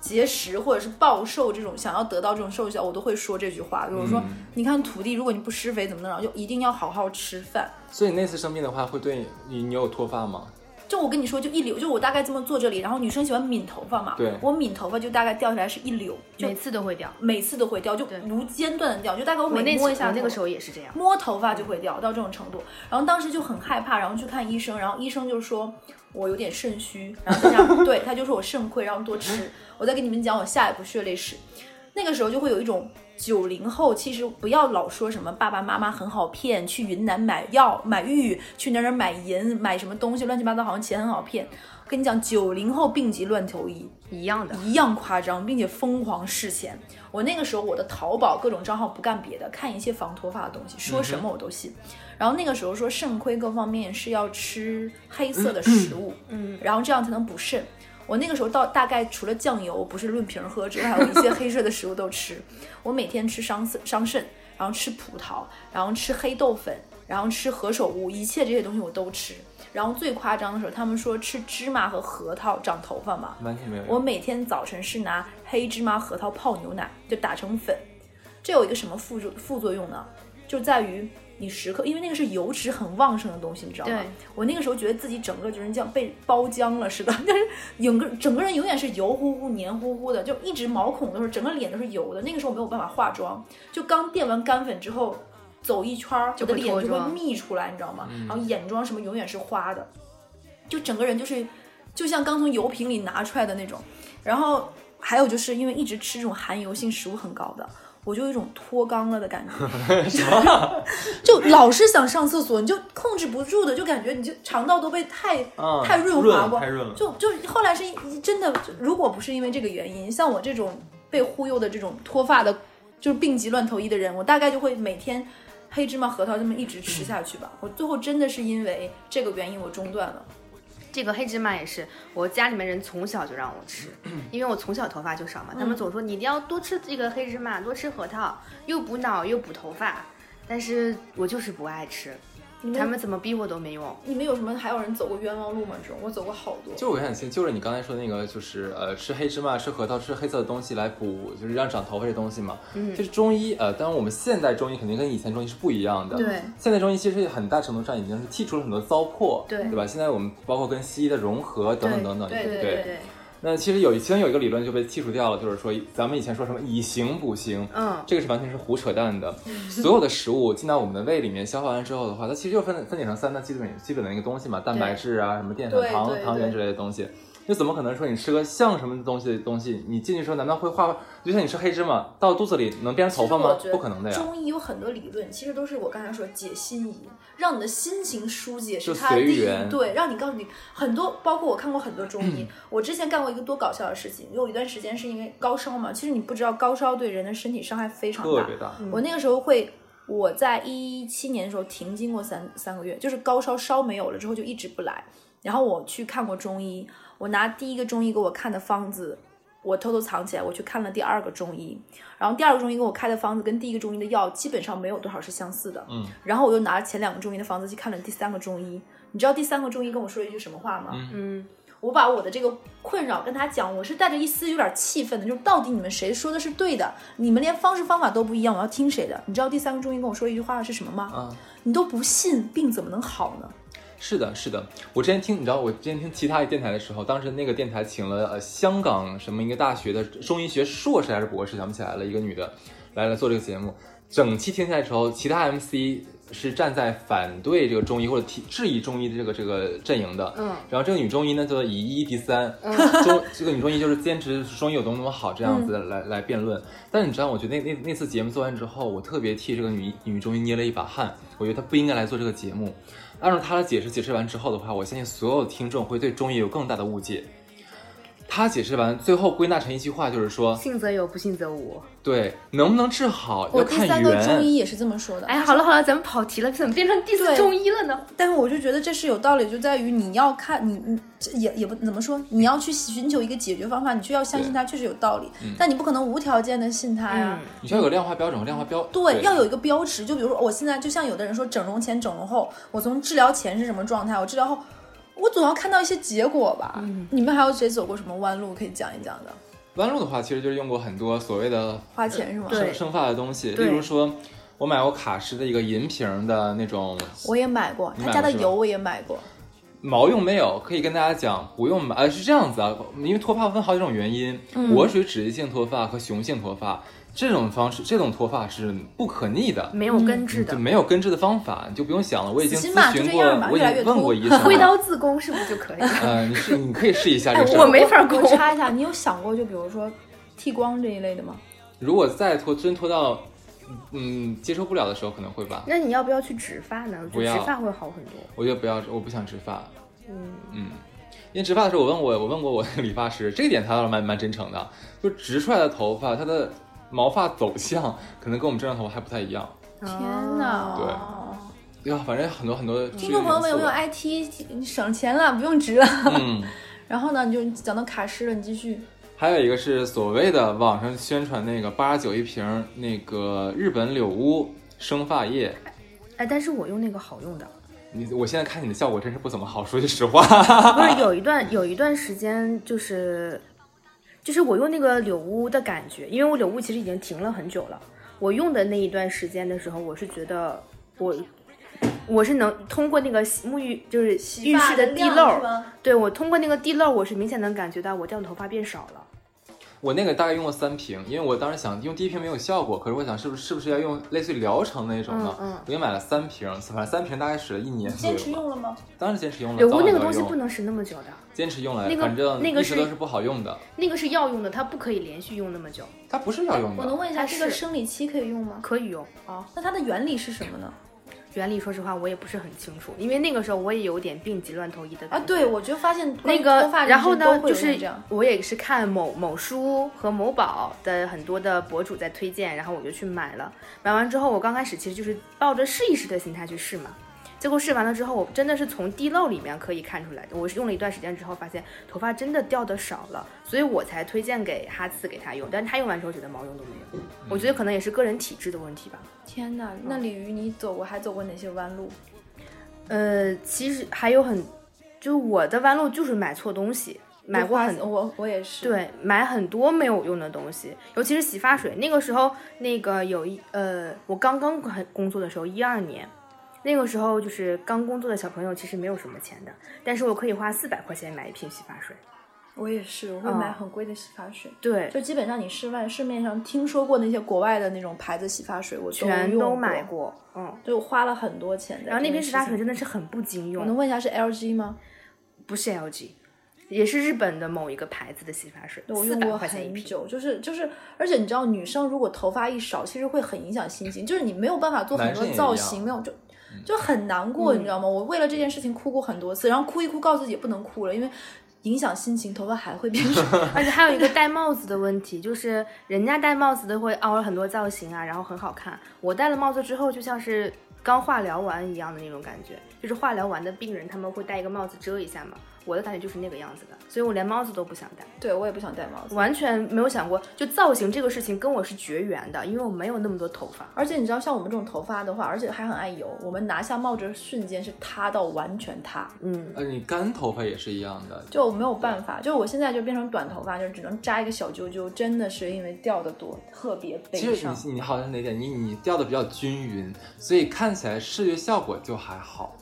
Speaker 3: 节食或者是暴瘦这种想要得到这种瘦小，我都会说这句话，就是说、
Speaker 2: 嗯
Speaker 3: 你看土地，如果你不施肥怎么能长，就一定要好好吃饭。
Speaker 2: 所以那次生病的话，会对你你有脱发吗？
Speaker 3: 就我跟你说，就一绺，就我大概这么坐这里，然后女生喜欢抿头发嘛，
Speaker 2: 对
Speaker 3: 我抿头发就大概掉下来是一绺，就
Speaker 4: 每次都会掉。
Speaker 3: 每次都会掉，就
Speaker 4: 对
Speaker 3: 无间断的掉，就大概我
Speaker 4: 我
Speaker 3: 每
Speaker 4: 那次
Speaker 3: 摸一下
Speaker 4: 我那
Speaker 3: 头
Speaker 4: 个时候也是这样。
Speaker 3: 摸头发就会掉到这种程度，然后当时就很害怕，然后去看医生，然后医生就说我有点肾虚，然后再加 上对他就说我肾亏，然后多吃。我再跟你们讲我下一步血泪史，那个时候就会有一种九零后其实不要老说什么爸爸妈妈很好骗，去云南买药、买玉，去哪儿哪儿买银、买什么东西，乱七八糟，好像钱很好骗。我跟你讲，九零后病急乱投医，
Speaker 4: 一样的。
Speaker 3: 一样夸张，并且疯狂试钱。我那个时候我的淘宝各种账号不干别的，看一些防脱发的东西，说什么我都信。然后那个时候说肾亏各方面是要吃黑色的食物，
Speaker 4: 嗯，
Speaker 3: 然后这样才能补肾。我那个时候到大概除了酱油不是论瓶儿喝之外，还有一些黑色的食物都吃。 我每天吃伤肾伤肾，然后吃葡萄，然后吃黑豆粉，然后吃何首乌，一切这些东西我都吃。然后最夸张的时候，他们说吃芝麻和核桃长头发嘛，
Speaker 2: 完全没有用。
Speaker 3: 我每天早晨是拿黑芝麻核桃泡牛奶，就打成粉。这有一个什么副作副作用呢？就在于你时刻，因为那个是油脂很旺盛的东西，你知道吗
Speaker 4: 对？
Speaker 3: 我那个时候觉得自己整个就是像被包浆了似的， 但是整个整个人永远是油乎乎、黏糊糊的，就一直毛孔都是，整个脸都是油的。那个时候没有办法化妆，就刚垫完干粉之后。走一圈儿，我
Speaker 4: 就
Speaker 3: 的
Speaker 4: 会
Speaker 3: 脸
Speaker 4: 脱
Speaker 3: 就会
Speaker 4: 妆
Speaker 3: 密出来，你知道吗？然后眼妆什么永远是花的，就整个人就是就像刚从油瓶里拿出来的那种。然后还有就是因为一直吃这种含油性食物很高的，我就有一种脱肛了的感觉， 就老是想上厕所，你就控制不住的，就感觉你就肠道都被太、
Speaker 1: 啊，
Speaker 3: 太润滑过，
Speaker 1: 太润了。
Speaker 3: 就就后来是一真的，如果不是因为这个原因，像我这种被忽悠的这种脱发的，就是病急乱投医的人，我大概就会每天黑芝麻核桃这么一直吃下去吧。我最后真的是因为这个原因我中断了。
Speaker 4: 这个黑芝麻也是，我家里面人从小就让我 吃，因为我从小头发就少嘛，他们总说你一定要多吃这个黑芝麻，多吃核桃，又补脑又补头发。但是我就是不爱吃，
Speaker 3: 你
Speaker 4: 他
Speaker 3: 们
Speaker 4: 们怎么逼我都没用。
Speaker 3: 你们有什么还有人走过冤枉路吗？这种我走过好多。
Speaker 2: 就是我想清，就是你刚才说那个，就是呃，吃黑芝麻、吃核桃、吃黑色的东西来补，就是让长头发这东西嘛。
Speaker 4: 嗯
Speaker 2: 就是中医，呃，当然我们现代中医肯定跟以前中医是不一样的。
Speaker 4: 对
Speaker 2: 现代中医其实很大程度上已经是剔除了很多糟粕，
Speaker 4: 对
Speaker 2: 对吧？现在我们包括跟西医的融合等等等等，
Speaker 3: 对
Speaker 2: 不
Speaker 3: 对
Speaker 4: 对对，
Speaker 2: 那其实有一，其中有一个理论就被剔除掉了，就是说咱们以前说什么以形补形，
Speaker 4: 嗯，
Speaker 2: 这个是完全是胡扯淡的。
Speaker 3: 嗯
Speaker 2: 所有的食物进到我们的胃里面消化完之后的话，它其实就分分解成三大基本基本的那个东西嘛，蛋白质啊，什么淀粉
Speaker 3: 对、
Speaker 2: 糖
Speaker 3: 对、
Speaker 2: 糖原之类的东西。那怎么可能说你吃个像什么东西的东西，你进去之后难道会化？就像你吃黑芝麻到肚子里能变成头发吗
Speaker 3: 其实我觉？得
Speaker 2: 不可能的呀。
Speaker 3: 中医有很多理论，其实都是我刚才说解心仪，让你的心情疏解是
Speaker 2: 就
Speaker 3: 它第
Speaker 2: 随
Speaker 3: 一
Speaker 2: 缘嗯
Speaker 3: 对，让你告诉你很多，包括我看过很多中医。 我之前干过一个多搞笑的事情，有一段时间是因为高烧嘛，其实你不知道高烧对人的身体伤害非常
Speaker 2: 特别大，
Speaker 3: 我那个时候会，我在一七年的时候停经过三三个月，就是高烧烧没有了之后就一直不来。然后我去看过中医，我拿第一个中医给我看的方子，我偷偷藏起来，我去看了第二个中医，然后第二个中医给我开的方子跟第一个中医的药基本上没有多少是相似的。
Speaker 2: 嗯，
Speaker 3: 然后我又拿前两个中医的方子去看了第三个中医，你知道第三个中医跟我说了一句什么话吗？
Speaker 4: 嗯，
Speaker 3: 我把我的这个困扰跟他讲，我是带着一丝有点气愤的，就是到底你们谁说的是对的？你们连方式方法都不一样，我要听谁的？你知道第三个中医跟我说一句话是什么吗？
Speaker 2: 啊
Speaker 3: 你都不信，病怎么能好呢？
Speaker 2: 是的，是的。我之前听，你知道，我之前听其他一电台的时候，当时那个电台请了呃香港什么一个大学的中医学硕士还是博士，想不起来了，一个女的来来做这个节目。整期听下来的时候，其他 MC 是站在反对这个中医或者提质疑中医的这个这个阵营的。
Speaker 4: 嗯。
Speaker 2: 然后这个女中医呢，就以一敌三，中这个女中医 就是坚持中医有多么多么好这样子来、来辩论。但是你知道，我觉得那那那次节目做完之后，我特别替这个女女中医捏了一把汗。我觉得她不应该来做这个节目。按照她的解释，解释完之后的话，我相信所有听众会对中医有更大的误解。她解释完，最后归纳成一句话，就是说，
Speaker 4: 信则有，不信则无。
Speaker 2: 对，能不能治好
Speaker 3: 我
Speaker 2: 要
Speaker 3: 第
Speaker 2: 看
Speaker 3: 三个中
Speaker 2: 缘。
Speaker 3: 医也是这么说的。
Speaker 4: 哎，好了好了，咱们跑题了，怎么变成第
Speaker 3: 对
Speaker 4: 四中医了呢？
Speaker 3: 但是我就觉得这是有道理，就在于你要看你你这也也不怎么说，你要去寻求一个解决方法，你就要相信它确实有道理，
Speaker 2: 嗯
Speaker 3: 但你不可能无条件的信它呀。
Speaker 4: 嗯
Speaker 2: 你需要有量化标准和量化标
Speaker 3: 对，要有一个标尺。就比如说，我现在就像有的人说整容前、整容后，我从治疗前是什么状态，我治疗后，我总要看到一些结果吧。
Speaker 4: 嗯
Speaker 3: 你们还有谁走过什么弯路可以讲一讲的？
Speaker 2: 弯路的话，其实就是用过很多所谓的
Speaker 3: 花钱是吗？
Speaker 4: 对
Speaker 2: 生发的东西，例
Speaker 4: 对
Speaker 2: 如说，我买过卡诗的一个银瓶的那种
Speaker 3: 我也买过，
Speaker 2: 你
Speaker 3: 他
Speaker 2: 买
Speaker 3: 家
Speaker 2: 过
Speaker 3: 的
Speaker 2: 是吧
Speaker 3: 油我也买过。
Speaker 2: 毛用没有，可以跟大家讲，不用买。呃，是这样子啊，因为脱发分好几种原因，
Speaker 3: 嗯
Speaker 2: 我属于脂溢性脱发和雄性脱发，这种方式，这种脱发是不可逆的。
Speaker 4: 没有根治的
Speaker 2: 就，没有根治的方法，你就不用想了。我已经
Speaker 3: 死心吧
Speaker 2: 咨询
Speaker 3: 就这
Speaker 2: 过
Speaker 3: 样吧，
Speaker 2: 我已
Speaker 3: 越来越
Speaker 2: 经问
Speaker 3: 秃
Speaker 2: 过医 生
Speaker 4: 挥
Speaker 2: 了。
Speaker 4: 刀自宫是不是就可以？
Speaker 2: 呃，你是你可以试一下
Speaker 3: 哎
Speaker 2: 这个事
Speaker 4: 我
Speaker 2: 儿。
Speaker 4: 没法
Speaker 3: 我
Speaker 4: 过
Speaker 3: 插一下，你有想过就比如说剃光这一类的吗？
Speaker 2: 如果再拖，真拖到嗯接受不了的时候，可能会吧。
Speaker 4: 那你要不要去植发呢？我觉
Speaker 2: 不
Speaker 4: 得
Speaker 2: 要
Speaker 4: 植发会好很多。
Speaker 2: 我觉得不要，我不想植发。
Speaker 4: 嗯，
Speaker 2: 嗯，因为植发的时候，我问我我问过我的理发师，这一点他倒是蛮蛮真诚的，就植出来的头发，它的毛发走向可能跟我们正常头发还不太一样。
Speaker 3: 天
Speaker 4: 哦
Speaker 3: 哪！
Speaker 2: 对对啊，反正很多很多
Speaker 3: 听众朋友们有没有
Speaker 2: 爱？
Speaker 3: IT 省钱了，不用值了？
Speaker 2: 嗯，
Speaker 3: 然后呢，你就讲到卡诗了，你继续。
Speaker 2: 还有一个是所谓的网上宣传那个八十九一瓶儿那个日本柳屋生发液，
Speaker 4: 哎，但是我用那个好用的，
Speaker 2: 你我现在看你的效果真是不怎么好，说句实话。
Speaker 4: 不是有一段有一段时间就是，就是我用那个柳屋的感觉，因为我柳屋其实已经停了很久了。我用的那一段时间的时候，我是觉得我我是能通过那个洗沐浴就是浴室地漏，对我通过那个地漏，我是明显能感觉到我掉的头发变少了。
Speaker 2: 我那个大概用了三瓶，因为我当时想用第一瓶没有效果，可是我想是不是是不是要用类似于疗程那种呢？
Speaker 4: 嗯嗯
Speaker 2: 我就买了三瓶，反正三瓶大概使了一年左
Speaker 3: 坚
Speaker 2: 右吧。
Speaker 3: 持用了吗？
Speaker 4: 嗯
Speaker 2: 当然坚持用了，
Speaker 4: 柳
Speaker 2: 嗯早
Speaker 4: 屋
Speaker 2: 晚
Speaker 4: 那个
Speaker 2: 都
Speaker 4: 东西
Speaker 2: 用
Speaker 4: 不能使那么久的，
Speaker 2: 坚持用了，
Speaker 4: 那个
Speaker 2: 反正
Speaker 4: 那个
Speaker 2: 一直
Speaker 4: 是
Speaker 2: 都是不好用的，
Speaker 4: 那个是药用的，它不可以连续用那么久，
Speaker 2: 它不是药用
Speaker 3: 我能
Speaker 2: 的。
Speaker 3: 问一下，
Speaker 4: 它
Speaker 3: 这个
Speaker 4: 是
Speaker 3: 生理期可以用吗？
Speaker 4: 可以用。
Speaker 3: 哦，那它的原理是什么呢？
Speaker 4: 原理说实话我也不是很清楚，因为那个时候我也有点病急乱投医的
Speaker 3: 啊，
Speaker 4: 感觉。
Speaker 3: 对，我就发现
Speaker 4: 那
Speaker 3: 脱
Speaker 4: 个
Speaker 3: 发，人
Speaker 4: 然后
Speaker 3: 都会
Speaker 4: 呢，
Speaker 3: 有
Speaker 4: 就
Speaker 3: 人
Speaker 4: 是
Speaker 3: 这样。
Speaker 4: 我也是看某某书和某宝的很多的博主在推荐，然后我就去买了。买完之后，我刚开始其实就是抱着试一试的心态去试嘛。结果试完了之后，我真的是从地漏里面可以看出来的。我是用了一段时间之后，发现头发真的掉的少了，所以我才推荐给哈次给他用。但是他用完之后觉得毛用都没有，我觉得可能也是个人体质的问题吧。
Speaker 3: 天哪，那鲤鱼你走过还走过哪些弯路？
Speaker 4: 呃，其实还有很，就我的弯路就是买错东西，买过很
Speaker 3: 我我我也是。，
Speaker 4: 对，买很多没有用的东西，尤其是洗发水。那个时候，那个有一呃，我刚刚工工作的时候，一二年，那个时候就是刚工作的小朋友，其实没有什么钱的，但是我可以花四百块钱买一瓶洗发水。
Speaker 3: 我也是，我会
Speaker 4: 嗯
Speaker 3: 买很贵的洗发水。
Speaker 4: 对，
Speaker 3: 就基本上你市外市面上听说过那些国外的那种牌子洗发水，我
Speaker 4: 全
Speaker 3: 都
Speaker 4: 都
Speaker 3: 用
Speaker 4: 买，过，嗯。
Speaker 3: 就花了很多钱在
Speaker 4: 然后那瓶
Speaker 3: 这件
Speaker 4: 洗
Speaker 3: 事
Speaker 4: 发
Speaker 3: 情
Speaker 4: 水真的是很不经
Speaker 3: 我能
Speaker 4: 用，
Speaker 3: 问一下是 LG 吗？
Speaker 4: 不是 LG，也是日本的某一个牌子的洗发水，
Speaker 3: 对我
Speaker 4: 四
Speaker 3: 用
Speaker 4: 百
Speaker 3: 过
Speaker 4: 块钱一
Speaker 3: 很
Speaker 4: 瓶。
Speaker 3: 久，就是就是，而且你知道，女生如果头发一少，其实会很影响心情，就是你没有办法做很
Speaker 2: 男
Speaker 3: 多
Speaker 2: 生也一
Speaker 3: 造
Speaker 2: 样嗯
Speaker 3: 型，没有就。就很难过，你知道吗？我为了这件事情哭过很多次，然后哭一哭，告诉自己不能哭了，因为影响心情，头发还会变少。
Speaker 4: 而且还有一个戴帽子的问题，就是人家戴帽子都会凹了很多造型啊，然后很好看。我戴了帽子之后，就像是刚化疗完一样的那种感觉，就是化疗完的病人他们会戴一个帽子遮一下嘛。我的感觉就是那个样子的，所以我连帽子都不想戴，
Speaker 3: 对我也不想戴帽子，
Speaker 4: 完全没有想过就造型这个事情跟我是绝缘的，因为我没有那么多头发。
Speaker 3: 而且你知道，像我们这种头发的话，而且还很爱油，我们拿下帽子的瞬间是塌到完全塌。
Speaker 4: 嗯，
Speaker 2: 呃，你干头发也是一样的，
Speaker 3: 就没有办法，就我现在就变成短头发，就只能扎一个小揪揪，真的是因为掉的多，特别悲
Speaker 2: 其实
Speaker 3: 伤。
Speaker 2: 你你好像是哪点，你你掉的比较均匀，所以看起来视觉效果就还好。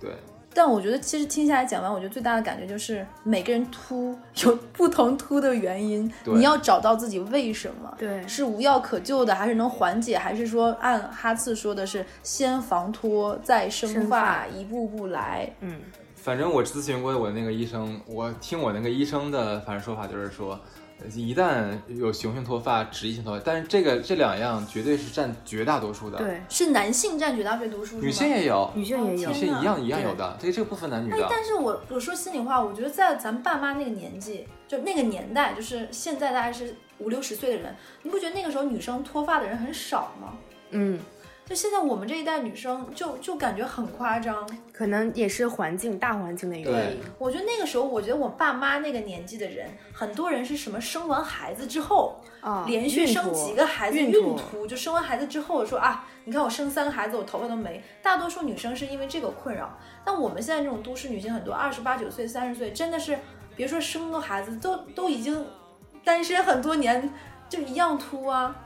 Speaker 2: 对，
Speaker 3: 但我觉得其实听下来讲完，我觉得最大的感觉就是每个人秃有不同秃的原因，
Speaker 2: 对
Speaker 3: 你要找到自己为什么。
Speaker 4: 对
Speaker 3: 是无药可救的，还是能缓解，还是说按哈次说的是先防脱再生
Speaker 4: 生
Speaker 3: 发，
Speaker 4: 发
Speaker 3: 一步步来。
Speaker 4: 嗯，
Speaker 2: 反正我咨询过我那个医生，我听我那个医生的反正说法就是说，呃一旦有雄性脱发、脂溢性脱发，但是这个这两样绝对是占绝大多数的，，
Speaker 4: 对，
Speaker 3: 是男性占绝大多数，是吗
Speaker 2: 女性也有，
Speaker 4: 女性也有
Speaker 2: 女。性一样一样
Speaker 4: 对
Speaker 2: 有的，这这个不分男女的。
Speaker 3: 但是我我说心里话，我觉得在咱爸妈那个年纪，就那个年代，就是现在大概是五六十岁的人，你不觉得那个时候女生脱发的人很少吗？
Speaker 4: 嗯，
Speaker 3: 就现在我们这一代女生就，就感觉很夸张。
Speaker 4: 可能也是环境大环境的原因。
Speaker 2: 对
Speaker 3: 我觉得那个时候，我觉得我爸妈那个年纪的人，很多人是什么生完孩子之后，
Speaker 4: 啊，
Speaker 3: 连续生几个孩子
Speaker 4: 孕
Speaker 3: 孕
Speaker 4: 吐
Speaker 3: 吐，就生完孩子之后说啊，你看我生三个孩子，我头发都没。大多数女生是因为这个困扰，但我们现在这种都市女性，很多二十八九岁、三十岁，真的是别说生个孩子，都都已经单身很多年，就一样秃啊。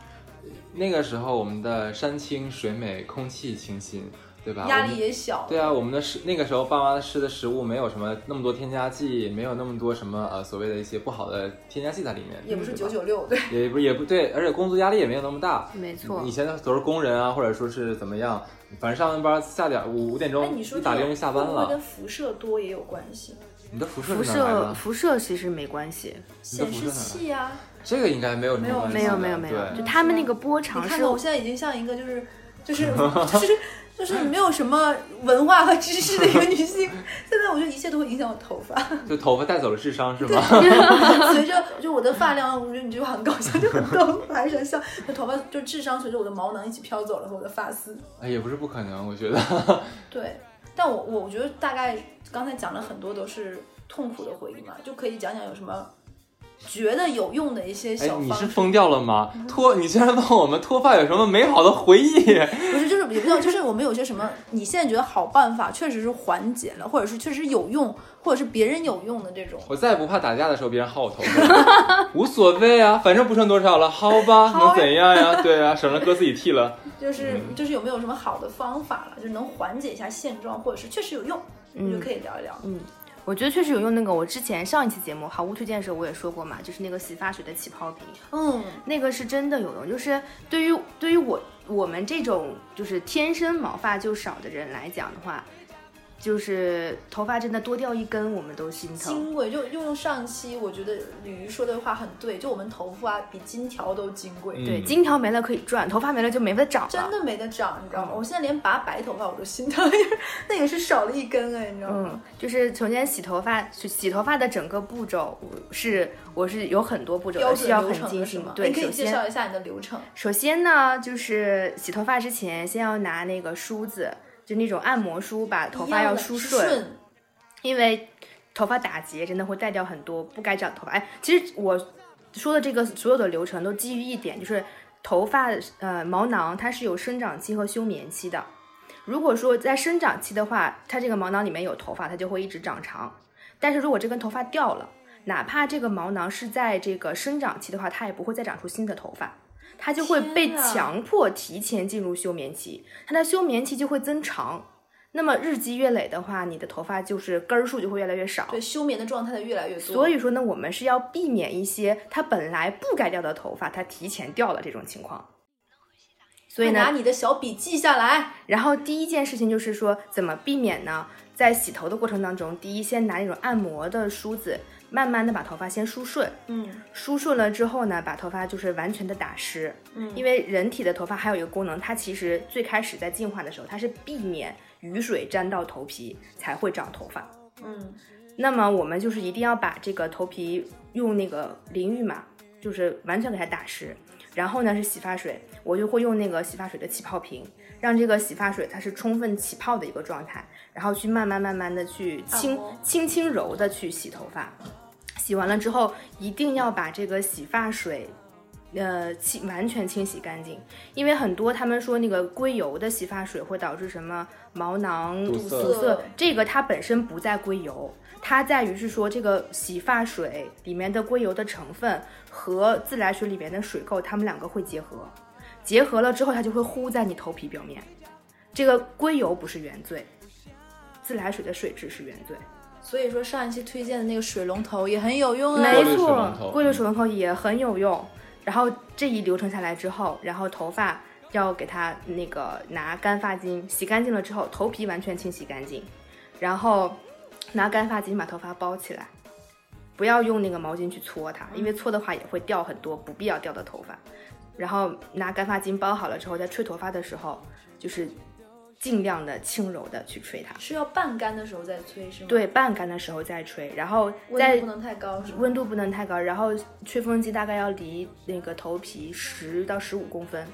Speaker 2: 那个时候我们的山清水美，空气清新，对吧？
Speaker 3: 压
Speaker 2: 我们
Speaker 3: 力也小。
Speaker 2: 对啊，我们的食那个时候爸妈吃的食物没有什么那么多添加剂，没有那么多什么呃所谓的一些不好的添加剂在里面，
Speaker 3: 也不是
Speaker 2: 对
Speaker 3: 九
Speaker 2: 吧，
Speaker 3: 九六，对，
Speaker 2: 也不也不对，而且工作压力也没有那么大。
Speaker 4: 没错
Speaker 2: 以，前都是工人啊，或者说是怎么样，反正上完班下点五五点
Speaker 3: 哎，
Speaker 2: 钟
Speaker 3: 你说
Speaker 2: 一打
Speaker 3: 这
Speaker 2: 铃
Speaker 3: 个
Speaker 2: 就下班
Speaker 3: 会不会
Speaker 2: 了
Speaker 3: 跟。辐射多也有关系？
Speaker 2: 你的辐射
Speaker 4: 辐
Speaker 2: 是哪来
Speaker 4: 射
Speaker 2: 的？
Speaker 4: 辐射其实没关系，
Speaker 3: 显示器啊，
Speaker 2: 这个应该没有什么
Speaker 3: 没有
Speaker 2: 关系
Speaker 4: 没有没有
Speaker 2: 的
Speaker 4: 没
Speaker 2: 对
Speaker 4: 有，就他们那个波
Speaker 3: 你
Speaker 4: 长
Speaker 3: 看
Speaker 4: 是
Speaker 3: 看我现在已经像一个就是就是 就是就是没有什么文化和知识的一个女性，现在我觉得一切都会影响我头发。
Speaker 2: 就头发带走了智商是吗？
Speaker 3: 随着就我的发量，我觉得你这句话很搞笑，就很逗，我还是很笑。就头发就智商随着我的毛囊一起飘走了和我的发丝。
Speaker 2: 哎，也不是不可能，我觉得。
Speaker 3: 对，但我我我觉得大概刚才讲了很多都是痛苦的回忆嘛，就可以讲讲有什么觉得有用的一些
Speaker 2: 哎
Speaker 3: 小，
Speaker 2: 你
Speaker 3: 方
Speaker 2: 是
Speaker 3: 式。
Speaker 2: 疯掉了吗？脱，你竟然问我们脱发有什么美好的回忆？
Speaker 3: 不是，就是也不知道，就是我们有些什么，你现在觉得好办法，确实是缓解了，或者是确实有用，或者是别人有用的这种。
Speaker 2: 我再也不怕打架的时候别人薅我头发了， 无所谓啊，反正不剩多少了，薅吧，能怎样呀？对啊，省了哥自己剃了。
Speaker 3: 就是就是有没有什么好的方法了，就是能缓解一下现状，或者是确实有用，我
Speaker 4: 嗯
Speaker 3: 们就可以聊一聊。
Speaker 4: 我觉得确实有用。那个我之前上一期节目毫无推荐的时候我也说过嘛，就是那个洗发水的起泡瓶，
Speaker 3: 嗯，
Speaker 4: 那个是真的有用。就是对于对于我我们这种就是天生毛发就少的人来讲的话，就是头发真的多掉一根我们都心疼。
Speaker 3: 金贵就用上期我觉得鲤鱼说的话很对，就我们头发比金条都金贵，
Speaker 2: 嗯
Speaker 4: 对，金条没了可以赚，头发没了就没法长了。
Speaker 3: 真的没得长，你知道吗？
Speaker 4: 嗯
Speaker 3: 我现在连拔白头发我都心疼，那也是少了一根哎，你知道吗？
Speaker 4: 嗯，就是首先洗头发，洗洗头发的整个步骤我是我是有很多步骤
Speaker 3: 标
Speaker 4: 的，需要
Speaker 3: 准
Speaker 4: 很
Speaker 3: 流程
Speaker 4: 精
Speaker 3: 的是
Speaker 4: 心
Speaker 3: 吗。？
Speaker 4: 对，
Speaker 3: 你可
Speaker 4: 首
Speaker 3: 以介
Speaker 4: 先
Speaker 3: 绍一下你的流程。
Speaker 4: 首先呢，就是洗头发之前，先要拿那个梳子，就那种按摩梳，把头发
Speaker 3: 一样
Speaker 4: 要
Speaker 3: 的
Speaker 4: 梳
Speaker 3: 是
Speaker 4: 顺，因为头发打结真的会带掉很多不该长的头发。哎，其实我说的这个所有的流程都基于一点，就是头发呃毛囊它是有生长期和休眠期的。如果说在生长期的话，它这个毛囊里面有头发，它就会一直长长。但是如果这根头发掉了，哪怕这个毛囊是在这个生长期的话，它也不会再长出新的头发，它就会被
Speaker 3: 天啊
Speaker 4: 强迫提前进入休眠期，它的休眠期就会增长。那么日积月累的话，你的头发就是根儿数就会越来越少。
Speaker 3: 对休眠的状态的越来越多，
Speaker 4: 所以说呢，我们是要避免一些它本来不该掉的头发，它提前掉了这种情况。所以
Speaker 3: 快拿
Speaker 4: 呢，
Speaker 3: 你的小笔记下来，
Speaker 4: 然后第一件事情就是说，怎么避免呢？在洗头的过程当中，第一先拿那种按摩的梳子，慢慢的把头发先梳顺，
Speaker 3: 嗯
Speaker 4: 梳顺了之后呢，把头发就是完全的打湿，
Speaker 3: 嗯，
Speaker 4: 因为人体的头发还有一个功能，它其实最开始在进化的时候，它是避免雨水沾到头皮才会长头发。
Speaker 3: 嗯
Speaker 4: 那么我们就是一定要把这个头皮用那个淋浴嘛，就是完全给它打湿。然后呢是洗发水，我就会用那个洗发水的起泡瓶，让这个洗发水它是充分起泡的一个状态，然后去慢慢慢慢的去轻
Speaker 3: 按摩
Speaker 4: 轻轻柔的去洗头发。洗完了之后，一定要把这个洗发水，呃，清完全清洗干净，因为很多他们说那个硅油的洗发水会导致什么毛囊
Speaker 2: 堵塞
Speaker 4: 堵塞，这个它本身不在硅油，它在于是说这个洗发水里面的硅油的成分和自来水里面的水垢，它们两个会结合，结合了之后它就会糊在你头皮表面。这个硅油不是原罪，自来水的水质是原罪。
Speaker 3: 所以说上一期推荐的那个水龙头也很有用啊，
Speaker 4: 没
Speaker 2: 过滤水龙头嗯
Speaker 4: 错，过滤水龙头也很有用。然后这一流程下来之后，然后头发要给它那个拿干发巾洗干净了之后，头皮完全清洗干净，然后拿干发巾把头发包起来，不要用那个毛巾去搓它，因为搓的话也会掉很多不必要掉的头发。然后拿干发巾包好了之后，在吹头发的时候，就是尽量的轻柔的去吹它。
Speaker 3: 是要半干的时候再吹是吗？，
Speaker 4: 对，半干的时候再吹，然后
Speaker 3: 温
Speaker 4: 在
Speaker 3: 度不能太高是吗？
Speaker 4: 温度不能太高，然后吹风机大概要离那个头皮十到十五公分，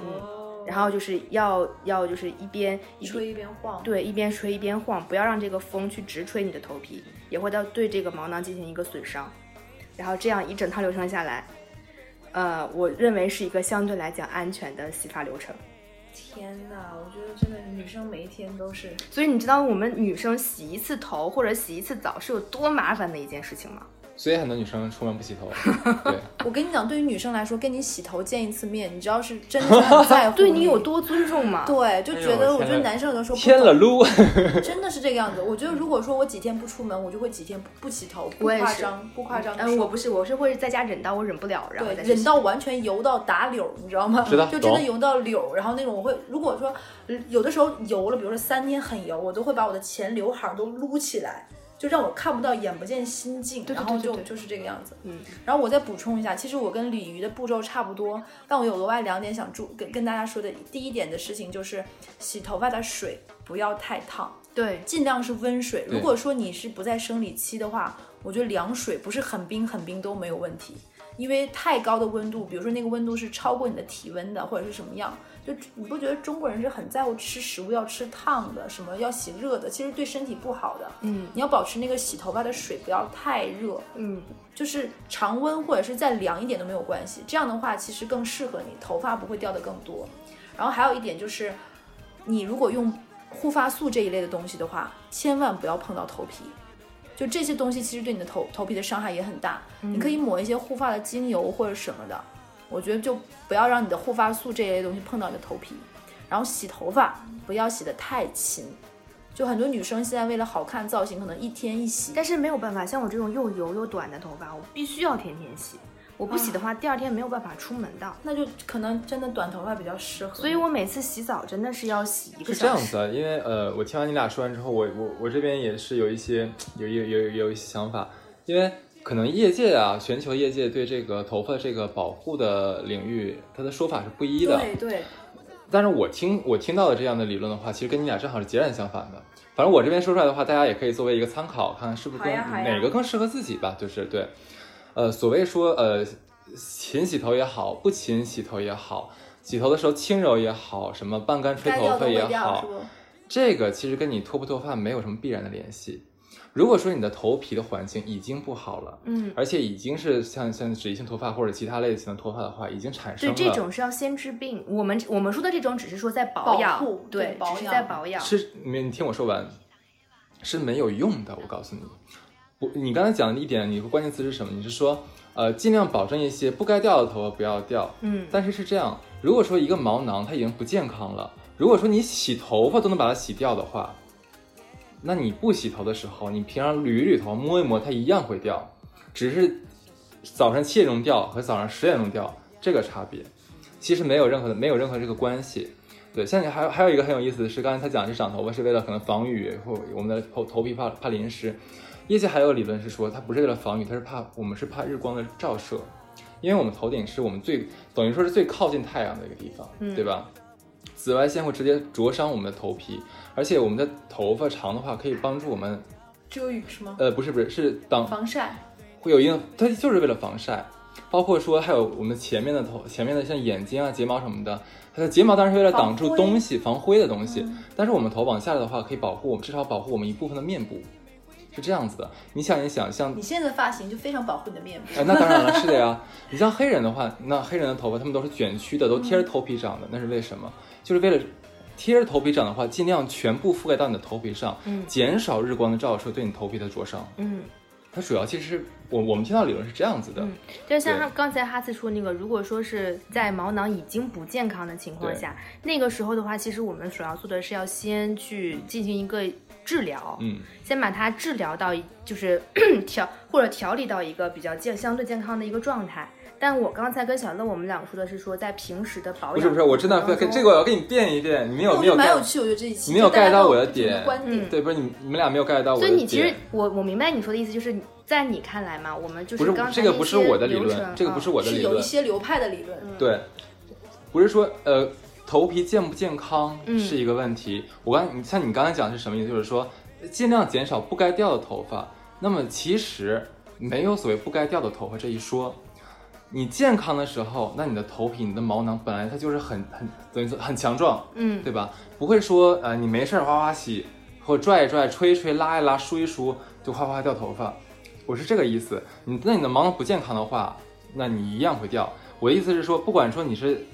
Speaker 3: 哦
Speaker 4: 然后就是要要就是一边一边
Speaker 3: 吹一边晃，
Speaker 4: 对一边吹一边晃，不要让这个风去直吹你的头皮，也会到对这个毛囊进行一个损伤。然后这样一整套流程下来，呃，我认为是一个相对来讲安全的洗发流程。
Speaker 3: 天哪，我觉得真的女生每一天都是
Speaker 4: 所以你知道我们女生洗一次头或者洗一次澡是有多麻烦的一件事情吗？
Speaker 2: 所以很多女生出门不洗 头，对，
Speaker 3: 我跟你讲，对于女生来说，跟你洗头见一次面，你知道是真的很在 乎，
Speaker 4: 对你有多尊重吗？
Speaker 3: 对，就觉
Speaker 2: 哎
Speaker 3: 得
Speaker 2: 呦
Speaker 3: 我觉
Speaker 2: 天
Speaker 3: 得
Speaker 2: 哪
Speaker 3: 男生有的时候不
Speaker 2: 天了
Speaker 3: 懂，
Speaker 2: 噜，
Speaker 3: 真的是这个样子。我觉得如果说我几天不出门，我就会几天不不洗头，不
Speaker 4: 我也
Speaker 3: 夸
Speaker 4: 是
Speaker 3: 张，不夸张地
Speaker 4: 嗯，
Speaker 3: 说。
Speaker 4: 我不是，我是会在家忍到我忍不了，然后
Speaker 3: 对，
Speaker 4: 再去
Speaker 3: 忍
Speaker 4: 洗
Speaker 3: 到完全油到打绺，你知道吗？
Speaker 2: 知道
Speaker 3: 就真的
Speaker 2: 懂
Speaker 3: 油到绺，然后那种我会，如果说呃有的时候油了，比如说三天很油，我都会把我的前刘海儿都撸起来，就让我看不到眼不见心境，
Speaker 4: 对对对
Speaker 3: 然后
Speaker 4: 对
Speaker 3: 就
Speaker 4: 对
Speaker 3: 就是这个样子。
Speaker 4: 嗯，
Speaker 3: 然后我再补充一下，其实我跟鲤鱼的步骤差不多，但我有额外两点想注跟跟大家说的。第一点的事情就是洗头发的水不要太烫，
Speaker 4: 对，
Speaker 3: 尽量是温水。
Speaker 2: 对
Speaker 3: 如果说你是不在生理期的话，我觉得凉水不是很冰很冰都没有问题，因为太高的温度，比如说那个温度是超过你的体温的，或者是什么样，就你不觉得中国人是很在乎吃食物要吃烫的，什么要洗热的，其实对身体不好的。
Speaker 4: 嗯
Speaker 3: 你要保持那个洗头发的水不要太热，
Speaker 4: 嗯，
Speaker 3: 就是常温或者是再凉一点都没有关系。这样的话，其实更适合你，头发不会掉的更多。然后还有一点就是，你如果用护发素这一类的东西的话，千万不要碰到头皮。就这些东西其实对你的头头皮的伤害也很大。你可以抹一些护发的精油或者什么的，我觉得就不要让你的护发素这一类东西碰到你的头皮。然后洗头发不要洗得太勤，就很多女生现在为了好看造型，可能一天一洗。
Speaker 4: 但是没有办法，像我这种又油又短的头发，我必须要天天洗。我不洗
Speaker 3: 啊
Speaker 4: 的话，第二天没有办法出门的。
Speaker 3: 那就可能真的短头发比较适合你。
Speaker 4: 所以我每次洗澡真的是要洗一个
Speaker 2: 是
Speaker 4: 小
Speaker 2: 这样
Speaker 4: 时。
Speaker 2: 子啊，因为呃，我听完你俩说完之后，我我我这边也是有一些有有有有一些想法，因为可能业界啊，全球业界对这个头发这个保护的领域，它的说法是不一的。
Speaker 3: 对对，
Speaker 2: 但是我听我听到的这样的理论的话，其实跟你俩正好是截然相反的。反正我这边说出来的话，大家也可以作为一个参考，看看是不是更
Speaker 3: 好呀好呀
Speaker 2: 哪个更适合自己吧。就是对，呃，所谓说呃，勤洗头也好，不勤洗头也好，洗头的时候轻柔也好，什么半干吹
Speaker 3: 该
Speaker 2: 头
Speaker 3: 掉
Speaker 2: 发
Speaker 3: 都
Speaker 2: 也
Speaker 3: 会掉，
Speaker 2: 好
Speaker 3: 是，不？
Speaker 2: 这个其实跟你脱不脱发没有什么必然的联系。如果说你的头皮的环境已经不好了，
Speaker 4: 嗯，
Speaker 2: 而且已经是像像脂溢性脱发或者其他类型的脱发的话，已经产生
Speaker 4: 对，
Speaker 2: 了
Speaker 4: 这种是要先治病。我们我们说的这种只是说在保养，
Speaker 3: 保护
Speaker 4: 对，
Speaker 3: 对保
Speaker 4: 只是
Speaker 3: 养
Speaker 4: 在保养。
Speaker 2: 是没你听我说完，是没有用的。我告诉你，我你刚才讲的一点，你关键词是什么？你是说呃，尽量保证一些不该掉的头发不要掉。
Speaker 4: 嗯，
Speaker 2: 但是是这样，如果说一个毛囊它已经不健康了，如果说你洗头发都能把它洗掉的话，那你不洗头的时候，你平常捋一捋头、摸一摸，它一样会掉，只是早上七点钟掉和早上十点钟掉这个差别，其实没有任何的没有任何这个关系。对，像你还有还有一个很有意思的是，刚才他讲是长头发是为了可能防雨或我们的头头皮怕怕淋湿，业界还有理论是说它不是为了防雨，它是怕我们是怕日光的照射，因为我们头顶是我们最等于说是最靠近太阳的一个地方，
Speaker 4: 嗯
Speaker 2: 对吧？紫外线会直接灼伤我们的头皮，而且我们的头发长的话可以帮助我们，
Speaker 3: 遮雨是吗？
Speaker 2: 呃，不是不是是挡
Speaker 3: 防晒，
Speaker 2: 会有一定，它就是为了防晒，包括说还有我们前面的头前面的像眼睛啊、睫毛什么的，它的睫毛当然是为了挡住
Speaker 3: 防灰
Speaker 2: 东西、防灰的东西，但是我们头往下的话可以保护我们，至少保护我们一部分的面部，是这样子的。你想一想，像
Speaker 3: 你现在的发型就非常保护你的面部。
Speaker 2: 哎，那当然了，是的呀。你像黑人的话，那黑人的头发他们都是卷曲的，都贴着头皮长的，那是为什么？就是为了贴着头皮长的话，尽量全部覆盖到你的头皮上，
Speaker 4: 嗯
Speaker 2: 减少日光的照射对你头皮的灼伤。
Speaker 4: 嗯，
Speaker 2: 它主要其实是我我们听到理论是这样子的，
Speaker 4: 嗯就像
Speaker 2: 对
Speaker 4: 他刚才哈斯说那个，如果说是在毛囊已经不健康的情况下，那个时候的话，其实我们所要做的是要先去进行一个治疗，
Speaker 2: 嗯，
Speaker 4: 先把它治疗到一就是 调或者调理到一个比较健相对健康的一个状态。但我刚才跟小乐我们两个说的是说在平时的保养，
Speaker 2: 哦不是不是，我真的
Speaker 4: 当
Speaker 2: 跟
Speaker 4: 中
Speaker 2: 这个我要跟你辩一辩，你没
Speaker 4: 哦
Speaker 2: 有没有
Speaker 3: 我觉得蛮
Speaker 2: get-
Speaker 3: 有趣，我觉得这一期
Speaker 2: 没有
Speaker 3: 就大家
Speaker 2: get 到
Speaker 3: 都
Speaker 2: 我的
Speaker 3: 有不同
Speaker 2: 点
Speaker 3: 观
Speaker 4: 嗯
Speaker 3: 点。
Speaker 2: 对，不是你你们俩没有 get 到我
Speaker 4: 所
Speaker 2: 的点。
Speaker 4: 以你其实我我明白你说的意思，就是在你看来嘛，我们就
Speaker 2: 不是
Speaker 4: 刚才
Speaker 2: 这个
Speaker 4: 那
Speaker 2: 不是
Speaker 4: 些
Speaker 2: 我的理
Speaker 4: 流
Speaker 2: 论
Speaker 4: 程，
Speaker 2: 这个不是
Speaker 4: 嗯
Speaker 2: 我的
Speaker 3: 是
Speaker 2: 理
Speaker 3: 有一
Speaker 2: 论，嗯
Speaker 3: 些流派的理论，
Speaker 2: 对，不是说呃头皮健不健康
Speaker 4: 嗯
Speaker 2: 是一个问题。我刚你像你刚才讲的是什么意思？就是说尽量减少不该掉的头发。那么其实没有所谓不该掉的头发这一说。你健康的时候，那你的头皮、你的毛囊本来它就是很很等于说很强壮，
Speaker 4: 嗯
Speaker 2: 对吧？不会说呃你没事儿哗哗洗，或者拽一拽、吹一吹、拉一拉、梳一梳就哗哗掉头发。我是这个意思。你那你的毛囊不健康的话，那你一样会掉。我的意思是说，不管说你是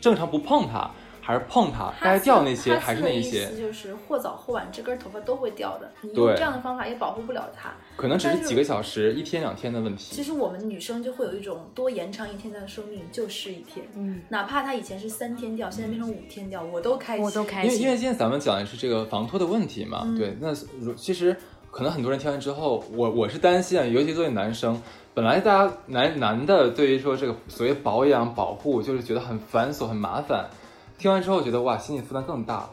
Speaker 2: 正常不碰它，还是碰它，该掉那些还是那一
Speaker 3: 哈
Speaker 2: 些
Speaker 3: 斯的意思，就是或早或晚这根头发都会掉的，你用
Speaker 2: 对
Speaker 3: 这样的方法也保护不了它。
Speaker 2: 可能只是
Speaker 3: 但是
Speaker 2: 几个小时、一天两天的问
Speaker 3: 其
Speaker 2: 题。
Speaker 3: 实我们女生就会有一种多延长一天的生命就是一天，
Speaker 4: 嗯，
Speaker 3: 哪怕它以前是三天掉，现在变成五天掉，我都开心。
Speaker 4: 我都开
Speaker 2: 因为因
Speaker 4: 心，
Speaker 2: 为现在咱们讲的是这个防脱的问题嘛，
Speaker 3: 嗯
Speaker 2: 对。那如其实可能很多人听完之后，我我是担心啊，尤其作为男生。本来大家男男的对于说这个所谓保养保护，就是觉得很繁琐很麻烦，听完之后觉得哇，心理负担更大了。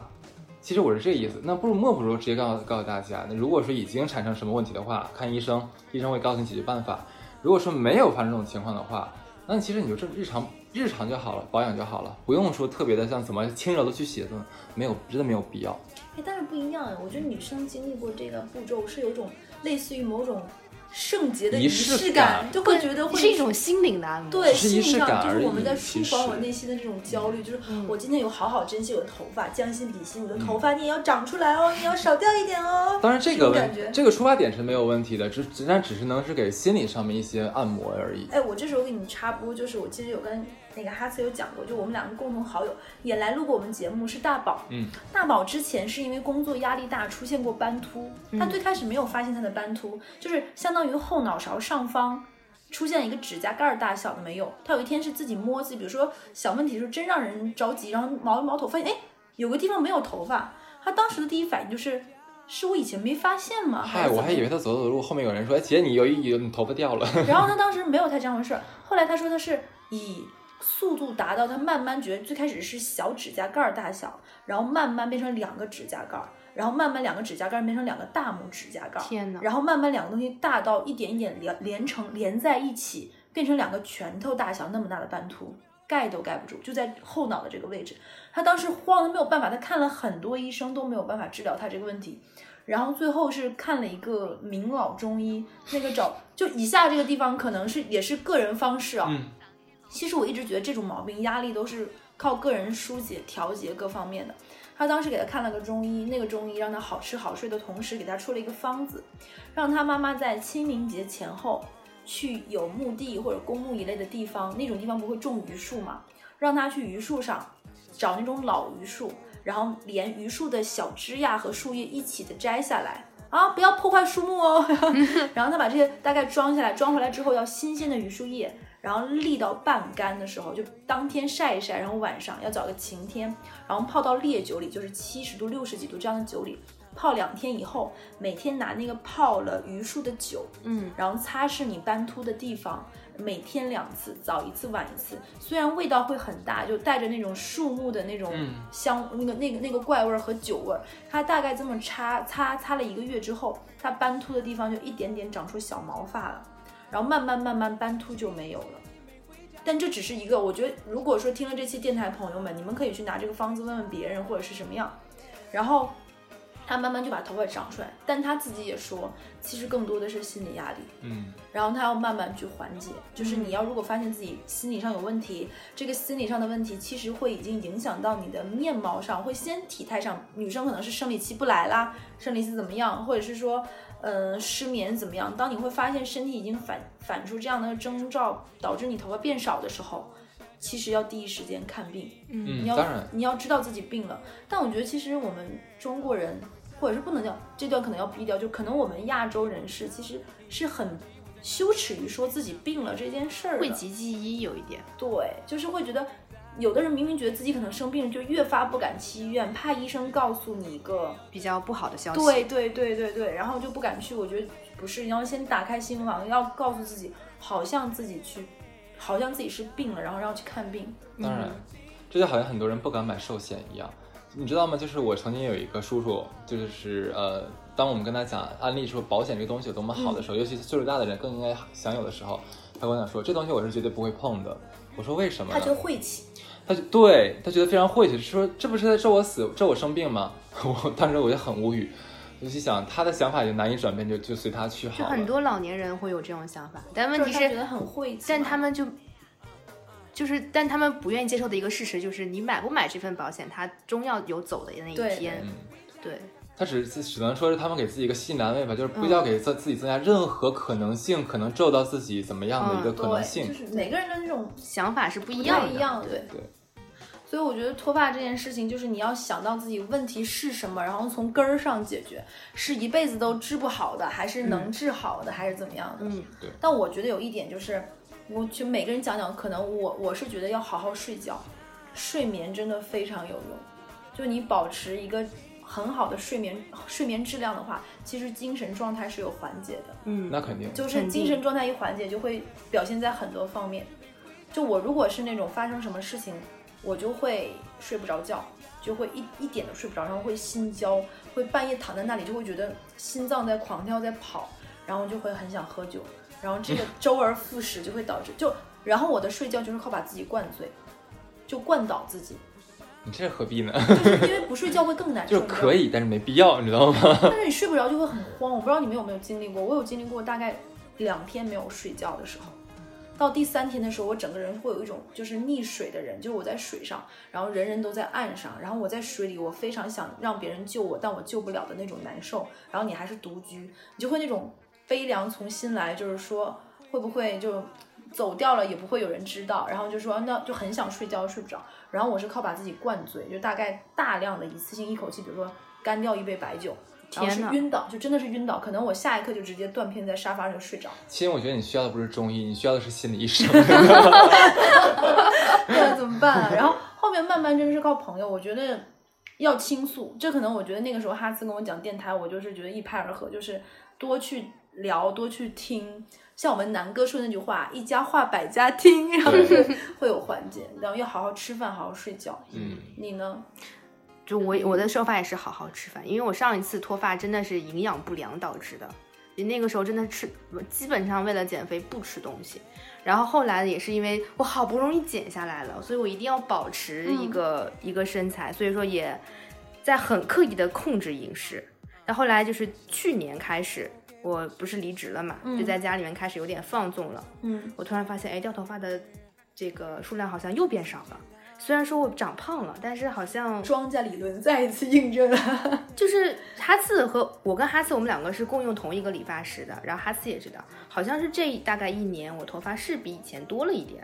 Speaker 2: 其实我是这意思，那不如莫不如直接告诉告诉大家，那如果说已经产生什么问题的话，看医生，医生会告诉你解决办法。如果说没有发生这种情况的话，那你其实你就这么日常日常就好了，保养就好了，不用说特别的像怎么轻柔的去写字，没有真的没有必要。
Speaker 3: 哎，但是不一样哎，我觉得女生经历过这个步骤是有一种类似于某种圣洁的
Speaker 2: 仪
Speaker 3: 仪
Speaker 2: 式
Speaker 3: 式
Speaker 2: 感
Speaker 3: 就会觉得会
Speaker 4: 是一种心灵的安慰。
Speaker 3: 对，
Speaker 2: 只是
Speaker 3: 心
Speaker 2: 仪
Speaker 3: 理
Speaker 2: 式
Speaker 3: 上
Speaker 2: 感
Speaker 3: 就
Speaker 2: 而
Speaker 3: 是我们
Speaker 2: 已
Speaker 3: 在
Speaker 2: 其
Speaker 3: 舒缓我
Speaker 2: 实
Speaker 3: 内心的这种焦虑，就是
Speaker 4: 嗯
Speaker 3: 我今天有好好珍惜我的头发，将心比心，我的
Speaker 2: 嗯
Speaker 3: 头发你也要长出来哦，你要少掉一点哦。
Speaker 2: 当然这个
Speaker 3: 这种感觉
Speaker 2: 问这个出发点是没有问题的，只只但只是能是给心理上面一些按摩而已。
Speaker 3: 哎，我这时候给你插播，就是我其实有跟那个哈斯有讲过，就我们两个共同好友也来录过我们节目，是大宝。
Speaker 2: 嗯，
Speaker 3: 大宝之前是因为工作压力大出现过斑秃，他最开始没有发现他的斑秃，就是相当于后脑勺上方。出现一个指甲盖儿大小的没有，他有一天是自己摸自己，比如说小问题的时候真让人着急，然后挠一挠头发现，哎，有个地方没有头发，他当时的第一反应就是，是我以前没发现吗？还
Speaker 2: 嗨，
Speaker 3: 是
Speaker 2: 我
Speaker 3: 怎么
Speaker 2: 还以为他走走路，后面有人说，哎姐，你有一有你头发掉了，
Speaker 3: 然后他当时没有太这样回事儿，后来他说他是以速度达到，他慢慢觉得最开始是小指甲盖儿大小，然后慢慢变成两个指甲盖儿，然后慢慢两个指甲盖儿变成两个大拇指甲盖儿，
Speaker 4: 天哪！
Speaker 3: 然后慢慢两个东西大到一点一点连连成连在一起，变成两个拳头大小那么大的斑秃，盖都盖不住，就在后脑的这个位置。他当时慌的没有办法，他看了很多医生都没有办法治疗他这个问题。然后最后是看了一个名老中医，那个找就以下这个地方可能是也是个人方式啊。
Speaker 2: 嗯
Speaker 3: 其实我一直觉得这种毛病压力都是靠个人疏解、调节各方面的。他当时给他看了个中医，那个中医让他好吃好睡的同时，给他出了一个方子，让他妈妈在清明节前后去有墓地或者公墓一类的地方，那种地方不会种榆树嘛，让他去榆树上找那种老榆树，然后连榆树的小枝桠和树叶一起的摘下来啊，不要破坏树木哦。 然后他把这些大概装下来，装回来之后要新鲜的榆树叶，然后沥到半干的时候，就当天晒一晒，然后晚上要找个晴天，然后泡到烈酒里，就是七十度、六十几度这样的酒里。泡两天以后，每天拿那个泡了榆树的酒，
Speaker 4: 嗯，
Speaker 3: 然后擦拭你斑秃的地方，每天两次，早一次晚一次。虽然味道会很大，就带着那种树木的那种
Speaker 2: 嗯
Speaker 3: 香，那个那个那个怪味儿和酒味儿。它大概这么擦擦擦了一个月之后，它斑秃的地方就一点点长出小毛发了，然后慢慢慢慢斑秃就没有了。但这只是一个，我觉得如果说听了这期电台的朋友们，你们可以去拿这个方子问问别人或者是什么样，然后他慢慢就把头发长出来，但他自己也说，其实更多的是心理压力，
Speaker 2: 嗯，
Speaker 3: 然后他要慢慢去缓解。就是你要如果发现自己心理上有问题，这个心理上的问题其实会已经影响到你的面貌上，会先体态上，女生可能是生理期不来啦，生理期怎么样，或者是说，呃，失眠怎么样。当你会发现身体已经反反出这样的征兆，导致你头发变少的时候，其实要第一时间看病。
Speaker 2: 嗯
Speaker 3: 你要
Speaker 2: 当然
Speaker 3: 你要知道自己病了。但我觉得其实我们中国人，或者是不能叫这段可能要逼掉，就可能我们亚洲人士其实是很羞耻于说自己病了这件事儿的。
Speaker 4: 讳疾忌医有一点。
Speaker 3: 对，就是会觉得有的人明明觉得自己可能生病了，就越发不敢去医院，怕医生告诉你一个
Speaker 4: 比较不好的消息。
Speaker 3: 对对对对对，然后就不敢去。我觉得不是，你要先打开心房，要告诉自己，好像自己去，好像自己是病了，然后让去看病。
Speaker 2: 当
Speaker 4: 嗯
Speaker 2: 然，这就好像很多人不敢买寿险一样，你知道吗？就是我曾经有一个叔叔，就是呃，当我们跟他讲安利说保险这个东西有多么好的时候，
Speaker 4: 嗯
Speaker 2: 尤其是岁数大的人更应该享有的时候，他跟我讲说这东西我是绝对不会碰的。我说为什么
Speaker 3: 他
Speaker 2: 呢？
Speaker 3: 觉得晦气，
Speaker 2: 他就对他觉得非常晦气，说这不是在咒我死，咒我生病吗？ 我当时我就很无语，我就想他的想法也难以转变，就就随他去
Speaker 4: 就
Speaker 2: 好
Speaker 4: 很
Speaker 2: 了。
Speaker 4: 多老年人会有这种想法，但问题
Speaker 3: 就是他觉
Speaker 4: 是，
Speaker 3: 得很晦气嘛，
Speaker 4: 但他们就就是，但他们不愿意接受的一个事实就是，你买不买这份保险，它终要有走的那一
Speaker 3: 对
Speaker 4: 天。
Speaker 2: 嗯，
Speaker 4: 对，
Speaker 2: 他只是只能说是他们给自己一个心理安慰吧，就是不
Speaker 3: 嗯
Speaker 2: 要给自自己增加任何可能性，可能咒到自己怎么样的一个
Speaker 4: 嗯
Speaker 2: 可能
Speaker 3: 对，就
Speaker 2: 性。
Speaker 3: 是每个人的那种
Speaker 4: 想法是不一
Speaker 3: 不
Speaker 4: 样
Speaker 3: 太
Speaker 4: 的。
Speaker 3: 一样，对。
Speaker 2: 对，
Speaker 3: 所以我觉得脱发这件事情，就是你要想到自己问题是什么，然后从根儿上解决，是一辈子都治不好的，还是
Speaker 2: 嗯
Speaker 3: 能治好的，还是怎么样的？
Speaker 4: 嗯，
Speaker 3: 但我觉得有一点就是，我就每个人讲讲，可能我我是觉得要好好睡觉，睡眠真的非常有用。就你保持一个很好的睡眠睡眠质量的话，其实精神状态是有缓解的。
Speaker 4: 嗯，
Speaker 2: 那肯定。
Speaker 3: 就是精神状态一缓解，就会表现在很多方面。就我如果是那种发生什么事情，我就会睡不着觉，就会一一点都睡不着，然后会心焦，会半夜躺在那里就会觉得心脏在狂跳在跑，然后就会很想喝酒，然后这个周而复始就会导致就，然后我的睡觉就是靠把自己灌醉，就灌倒自己，
Speaker 2: 你这何 必呢？
Speaker 3: 就是因为不睡觉会更难受，
Speaker 2: 就是可以，但是没必要，你知道吗？
Speaker 3: 但是你睡不着就会很慌。我不知道你们有没有经历过，我有经历过大概两天没有睡觉的时候，到第三天的时候，我整个人会有一种就是溺水的人，就是我在水上，然后人人都在岸上，然后我在水里，我非常想让别人救我，但我救不了的那种难受。然后你还是独居，你就会那种悲凉从心来，就是说会不会就。走掉了也不会有人知道，然后就说那就很想睡觉睡不着，然后我是靠把自己灌醉，就大概大量的一次性一口气，比如说干掉一杯白酒，然后
Speaker 4: 天
Speaker 3: 是
Speaker 4: 哪
Speaker 3: 晕倒，就真的是晕倒，可能我下一刻就直接断片在沙发上睡着，
Speaker 2: 其实我觉得你需要的不是中医，你需要的是心理医 生。
Speaker 3: 那怎么办 啊？然后后面慢慢真的是靠朋友，我觉得要倾诉，这可能我觉得那个时候哈斯跟我讲电台，我就是觉得一拍而合，就是多去聊，多去听。像我们南哥说那句话，“一家话百家听”，然后就是会有缓解，然后要好好吃饭，好好睡觉。
Speaker 2: 嗯，
Speaker 3: 你呢？
Speaker 4: 就我我的瘦发也是好好吃饭，因为我上一次脱发真的是营养不良导致的。你那个时候真的吃，基本上为了减肥不吃东西，然后后来也是因为我好不容易减下来了，所以我一定要保持一个、一个身材，所以说也在很刻意的控制饮食。但后来就是去年开始，我不是离职了嘛，
Speaker 3: 嗯
Speaker 4: 就在家里面开始有点放纵了，
Speaker 3: 嗯，
Speaker 4: 我突然发现，哎，掉头发的这个数量好像又变少了。虽然说我长胖了，但是好像
Speaker 3: 庄稼理论再一次印证了。
Speaker 4: 就是哈次和我跟哈次，我们两个是共用同一个理发师的，然后哈次也知道，好像是这大概一年我头发是比以前多了一点，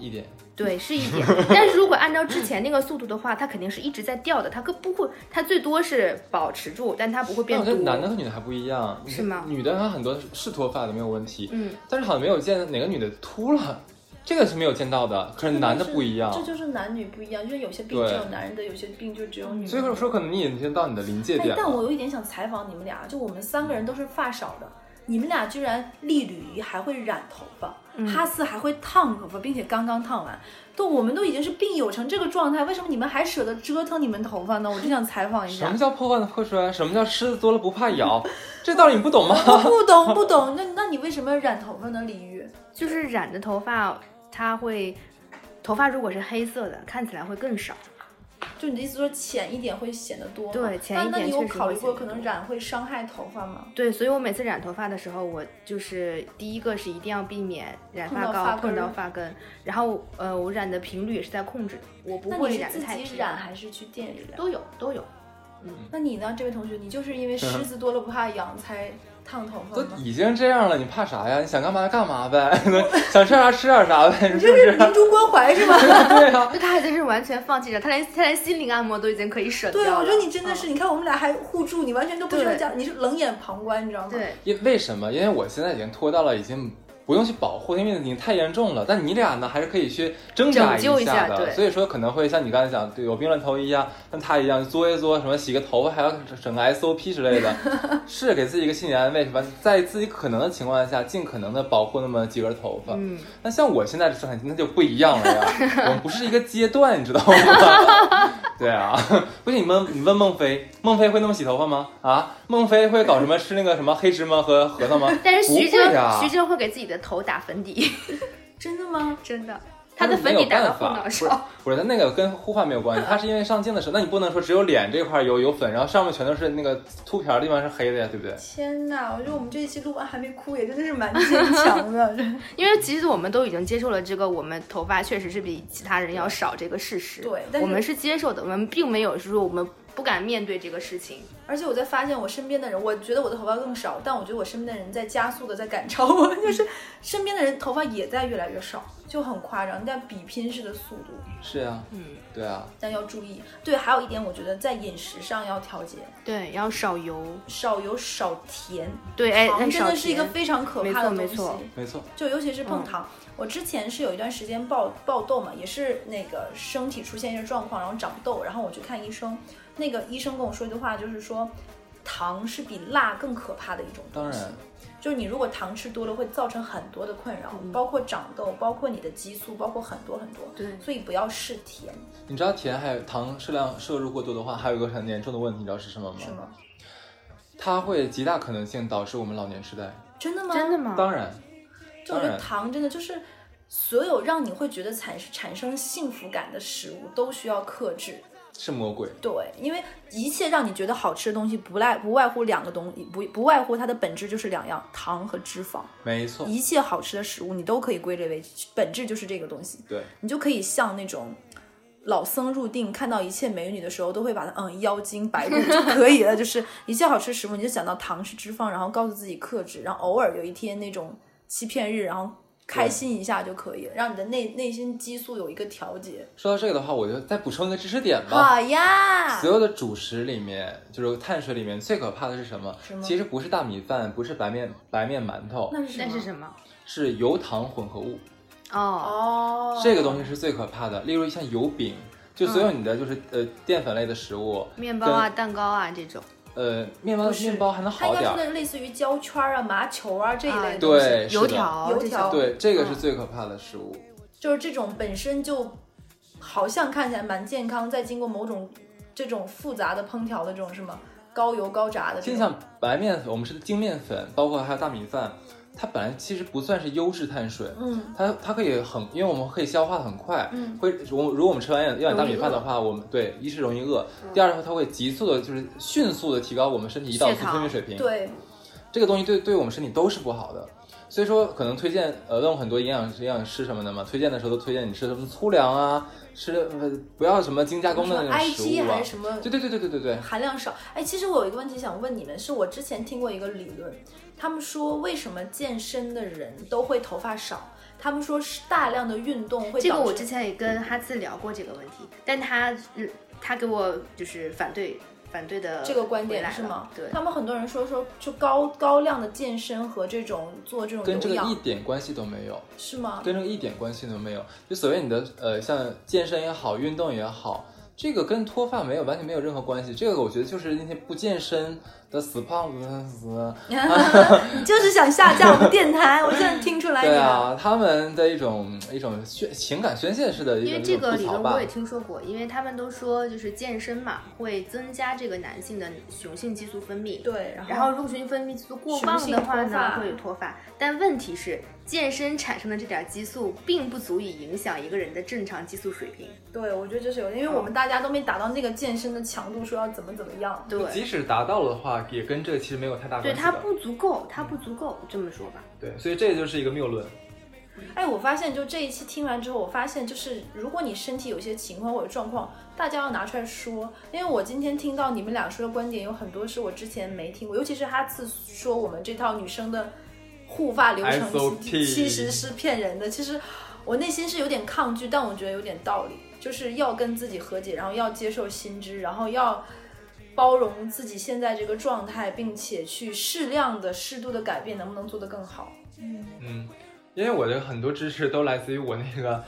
Speaker 2: 一点
Speaker 4: 对，是一点。 但是如果按照之前那个速度的话，它肯定是一直在掉的，它更不会，它最多是保持住，但它不会
Speaker 2: 但
Speaker 4: 变
Speaker 2: 我觉
Speaker 4: 多
Speaker 2: 得。男的和女的还不一样，
Speaker 4: 是吗
Speaker 2: 女的她很多是脱发的没有问题，
Speaker 4: 嗯，
Speaker 2: 但是好像没有见哪个女的秃了，这个是没有见到的。可是嗯男的不一样，
Speaker 3: 这 就是男女不一样，就是有些病
Speaker 2: 对
Speaker 3: 只有男人的，有些病就只有女人的。
Speaker 2: 所以说可能你也见到你的临界
Speaker 3: 哎
Speaker 2: 点，
Speaker 3: 但
Speaker 2: 了。
Speaker 3: 我有一点想采访你们俩，就我们三个人都是发少的，你们俩居然立吕仪还会染头发，哈斯还会烫头发，并且刚刚烫完，都我们都已经是病友成这个状态，为什么你们还舍得折腾你们头 发呢？我就想采访一
Speaker 2: 什
Speaker 4: 哎
Speaker 3: 下
Speaker 2: 么。叫破罐子破摔？什么叫虱子多了不怕咬？这道理你不 懂吗？
Speaker 3: 我 不懂不懂，那那你为什么染头发呢，李玉？
Speaker 4: 就是染的头发，它会，头发如果是黑色的，看起来会更少。
Speaker 3: 就你的意思说浅一点会显得多吗？
Speaker 4: 对浅一
Speaker 3: 那那
Speaker 4: 点
Speaker 3: 你有
Speaker 4: 确实
Speaker 3: 考
Speaker 4: 会
Speaker 3: 虑过
Speaker 4: 显得
Speaker 3: 可能
Speaker 4: 多
Speaker 3: 染会伤害头发吗？
Speaker 4: 对，所以我每次染头发的时候，我就是第一个是一定要避免染
Speaker 3: 碰
Speaker 4: 发
Speaker 3: 到
Speaker 4: 膏
Speaker 3: 发
Speaker 4: 碰
Speaker 3: 根
Speaker 4: 到
Speaker 3: 儿
Speaker 4: 发根，然后呃，我染的频率也是在控制的，我不
Speaker 3: 那
Speaker 4: 会
Speaker 3: 你是
Speaker 4: 染的
Speaker 3: 自
Speaker 4: 太
Speaker 3: 己
Speaker 4: 频，
Speaker 3: 染还是去店里染？
Speaker 4: 都有都 有。
Speaker 3: 那你呢，这位同学，你就是因为虱子多了不怕痒才烫头发
Speaker 2: 都
Speaker 3: 吗？
Speaker 2: 已经这样了，你怕啥呀？你想干嘛干嘛呗，想吃啥吃点啥呗，是不
Speaker 3: 你这 是
Speaker 2: 是？
Speaker 3: 民族关怀是吧？
Speaker 2: 对呀、
Speaker 4: 就他还真是完全放弃了，他连他连心灵按摩都已经可以省掉
Speaker 3: 对啊，我觉得你真的
Speaker 4: 嗯
Speaker 3: 是，你看我们俩还互助，你完全都不需要
Speaker 4: 对
Speaker 3: 加，你是冷眼旁观，你知道吗？，
Speaker 4: 对，
Speaker 2: 因为什么？因为我现在已经拖到了已经不用去保护，因为你太严重了。但你俩呢，还是可以去挣扎
Speaker 4: 拯救一下
Speaker 2: 下的。
Speaker 4: 对
Speaker 2: 所以说可能会像你刚才讲，对有病乱投医啊，像他一样作一作，什么洗个头发，还要整个 SOP 之类 的，是给自己一个心理安慰，什么在自己可能的情况下，尽可能的保护那么几根头发。
Speaker 4: 嗯，
Speaker 2: 那像我现在的状态，那就不一样了呀。 我们不是一个阶段，你知道吗？ 对啊，不信你问你问孟非，孟非会那么洗头发吗？啊，孟非会搞什么吃那个什么黑芝麻和核桃吗？
Speaker 4: 但是徐
Speaker 2: 不会
Speaker 4: 峥、
Speaker 2: 啊
Speaker 4: 徐峥会给自己的头打粉底，
Speaker 3: 真的吗？
Speaker 4: 真的， 他
Speaker 2: 但
Speaker 4: 的
Speaker 2: 是没
Speaker 4: 粉
Speaker 2: 有
Speaker 4: 底打到
Speaker 2: 办
Speaker 4: 后
Speaker 2: 法
Speaker 4: 脑
Speaker 2: 不是
Speaker 4: 勺，
Speaker 2: 不是，他那个跟护发没有关系，他是因为上镜的时候，那你不能说只有脸这块有有粉，然后上面全都是那个秃瓢的地方是黑的呀，对不对？
Speaker 3: 天哪，我觉得我们这一期录完还没哭，也真的是蛮坚强的。
Speaker 4: 因为其实我们都已经接受了这个，我们头发确实是比其他人要少这个事实，
Speaker 3: 对但是
Speaker 4: 我们是接受的，我们并没有说我们不敢面对这个事情，
Speaker 3: 而且我在发现我身边的人，我觉得我的头发更少，但我觉得我身边的人在加速的在赶超我， 就是身边的人头发也在越来越少，就很夸张，但比拼式的速度。
Speaker 2: 是呀、
Speaker 4: 嗯，
Speaker 2: 对啊，
Speaker 3: 但要注意，对，还有一点，我觉得在饮食上要调节，
Speaker 4: 对，要少油，
Speaker 3: 少油少甜，
Speaker 4: 对，哎，
Speaker 3: 糖
Speaker 4: 哎
Speaker 3: 真
Speaker 4: 少
Speaker 3: 的是一个
Speaker 4: 甜
Speaker 3: 非常可怕的东
Speaker 4: 没
Speaker 3: 西。
Speaker 4: 错没错嗯
Speaker 2: 没错，
Speaker 3: 就尤其是碰糖。我之前是有一段时间爆爆痘嘛，也是那个身体出现一些状况，然后长痘，然后我去看医生，那个医生跟我说一句话，就是说。糖是比辣更可怕的一种
Speaker 2: 当
Speaker 3: 东西。
Speaker 2: 然，
Speaker 3: 就是你如果糖吃多了，会造成很多的困扰，
Speaker 4: 嗯
Speaker 3: 包括长痘，包括你的激素，包括很多很多。
Speaker 4: 对
Speaker 3: 所以不要试甜，
Speaker 2: 你知道甜还有糖适量摄入过多的话，还有一个很严重的问题，你知道是什么吗？
Speaker 3: 是吗？
Speaker 2: 它会极大可能性导致我们老年痴呆。
Speaker 3: 真的吗？
Speaker 4: 真的吗？
Speaker 2: 当然，
Speaker 3: 就我
Speaker 2: 当
Speaker 3: 觉得
Speaker 2: 然
Speaker 3: 糖真的就是所有让你会觉得产产生幸福感的食物都需要克制。
Speaker 2: 是魔鬼。
Speaker 3: 对，因为一切让你觉得好吃的东西，不赖不外乎两个东西，不不外乎它的本质就是两样，糖和脂肪。
Speaker 2: 没错，
Speaker 3: 一切好吃的食物，你都可以归类为本质就是这个东西。
Speaker 2: 对，
Speaker 3: 你就可以像那种老僧入定，看到一切美女的时候，都会把它嗯妖精白骨就可 以了，就是一切好吃食物，你就想到糖是脂肪，然后告诉自己克制，然后偶尔有一天那种欺骗日，然后开心一下就可以了，让你的内内心激素有一个调节。
Speaker 2: 说到这个的话，我就再补充一个知识点吧。
Speaker 3: 好呀
Speaker 2: 所，有的主食里面，就是碳水里面最可怕的是什么？
Speaker 3: 什么
Speaker 2: 其实不是大米饭，不是白面白面馒头，
Speaker 3: 那是
Speaker 4: 那是
Speaker 3: 么？
Speaker 4: 什么？
Speaker 2: 是油糖混合物。
Speaker 4: 哦，
Speaker 3: 哦，
Speaker 2: 这个东西是最可怕的。例如像油饼，就所有你的
Speaker 3: 嗯
Speaker 2: 就是、呃淀粉类的食物，
Speaker 4: 面包啊、蛋糕啊这种，
Speaker 2: 呃面包
Speaker 3: 不是
Speaker 2: 面包还能
Speaker 3: 它应
Speaker 2: 好
Speaker 3: 该
Speaker 2: 点
Speaker 3: 是
Speaker 2: 儿。
Speaker 3: 那类似于胶圈啊、麻球啊这一类的
Speaker 4: 啊
Speaker 3: 东西，
Speaker 2: 对，是
Speaker 4: 油
Speaker 2: 的，
Speaker 4: 条、
Speaker 3: 油条
Speaker 4: 这种
Speaker 2: 对，这个是
Speaker 4: 嗯
Speaker 2: 最可怕的食物。
Speaker 3: 就是这种本身就好像看起来蛮健康，再经过某种这种复杂的烹调的这种什么高油高炸的
Speaker 2: 其
Speaker 3: 这
Speaker 2: 实
Speaker 3: 种，
Speaker 2: 像白面粉，我们吃的精面粉，包括还有大米饭，它本来其实不算是优质碳水，
Speaker 3: 嗯，
Speaker 2: 它它可以很，因为我们可以消化得很快，
Speaker 3: 嗯
Speaker 2: 会我如果我们吃完一碗一碗大米
Speaker 3: 容易
Speaker 2: 饭的
Speaker 3: 饿
Speaker 2: 话，我们对一是容易饿，第二的话它会急速的，就是迅速的提高我们身体胰岛
Speaker 4: 血
Speaker 2: 素分
Speaker 4: 糖
Speaker 2: 泌水平，
Speaker 3: 对，
Speaker 2: 这个东西对对我们身体都是不好的。所以说，可能推荐呃问我很多营养营养师什么的嘛，推荐的时候都推荐你吃什么粗粮啊，吃呃不要什么精加工的
Speaker 3: 什
Speaker 2: 那
Speaker 3: 么
Speaker 2: 种食
Speaker 3: IG
Speaker 2: 物啊
Speaker 3: 还是。什么
Speaker 2: 对对对对对对对，
Speaker 3: 含量少。哎，其实我有一个问题想问你们，是我之前听过一个理论，他们说为什么健身的人都会头发少？他们说是大量的运动会
Speaker 4: 这个
Speaker 3: 导
Speaker 4: 我
Speaker 3: 致
Speaker 4: 之前也跟哈次聊过这个问题，但他嗯他给我就是反对反对的
Speaker 3: 这个观
Speaker 4: 回
Speaker 3: 点
Speaker 4: 来
Speaker 3: 是
Speaker 4: 了
Speaker 3: 吗？
Speaker 4: 对，
Speaker 3: 他们很多人说说就高高量的健身和这种做这种
Speaker 2: 跟这
Speaker 3: 有
Speaker 2: 个一
Speaker 3: 氧
Speaker 2: 点关系都没有。
Speaker 3: 是吗？
Speaker 2: 跟这个一点关系都没有。就所谓你的呃，像健身也好，运动也好，这个跟脱发没有完全没有任何关系。这个我觉得就是那些不健身的死胖子，死
Speaker 3: 你就是想下架我们电台，我现在听出来
Speaker 4: 哎
Speaker 3: 你
Speaker 2: 对
Speaker 3: 了。
Speaker 2: 啊，他们的一种一种宣情感宣泄式的一
Speaker 4: 因
Speaker 2: 种
Speaker 4: 为
Speaker 2: 一
Speaker 4: 这
Speaker 2: 种
Speaker 4: 个
Speaker 2: 吐
Speaker 4: 理
Speaker 2: 槽
Speaker 4: 论
Speaker 2: 吧
Speaker 4: 我也。听说过，因为他们都说就是健身嘛，会增加这个男性的雄性激素分泌。
Speaker 3: 对，
Speaker 4: 然后，如果雄性分泌激素过
Speaker 3: 雄
Speaker 4: 旺
Speaker 3: 性
Speaker 4: 的话
Speaker 3: 脱
Speaker 4: 呢
Speaker 3: 发，
Speaker 4: 会有脱发。但问题是，健身产生的这点激素并不足以影响一个人的正常激素水平。
Speaker 3: 对我觉得这是有点，因为我们大家都没达到那个健身的强度，说要怎么怎么样。
Speaker 4: 对，
Speaker 2: 即使达到了的话，也跟这个其实没有太大
Speaker 4: 对，
Speaker 2: 关系的。
Speaker 4: 它不足够，它不足够，这么说吧。
Speaker 2: 对，所以这就是一个谬论。
Speaker 3: 哎，我发现就这一期听完之后，我发现就是如果你身体有些情况或者状况，大家要拿出来说，因为我今天听到你们俩说的观点有很多是我之前没听过，尤其是哈次说我们这套女生的护发流程
Speaker 2: SOP
Speaker 3: 其实是骗人的，其实我内心是有点抗拒，但我觉得有点道理，就是要跟自己和解，然后要接受新知，然后要。包容自己现在这个状态，并且去适量的、适度的改变，能不能做得更好？
Speaker 2: 嗯，因为我的很多知识都来自于我那个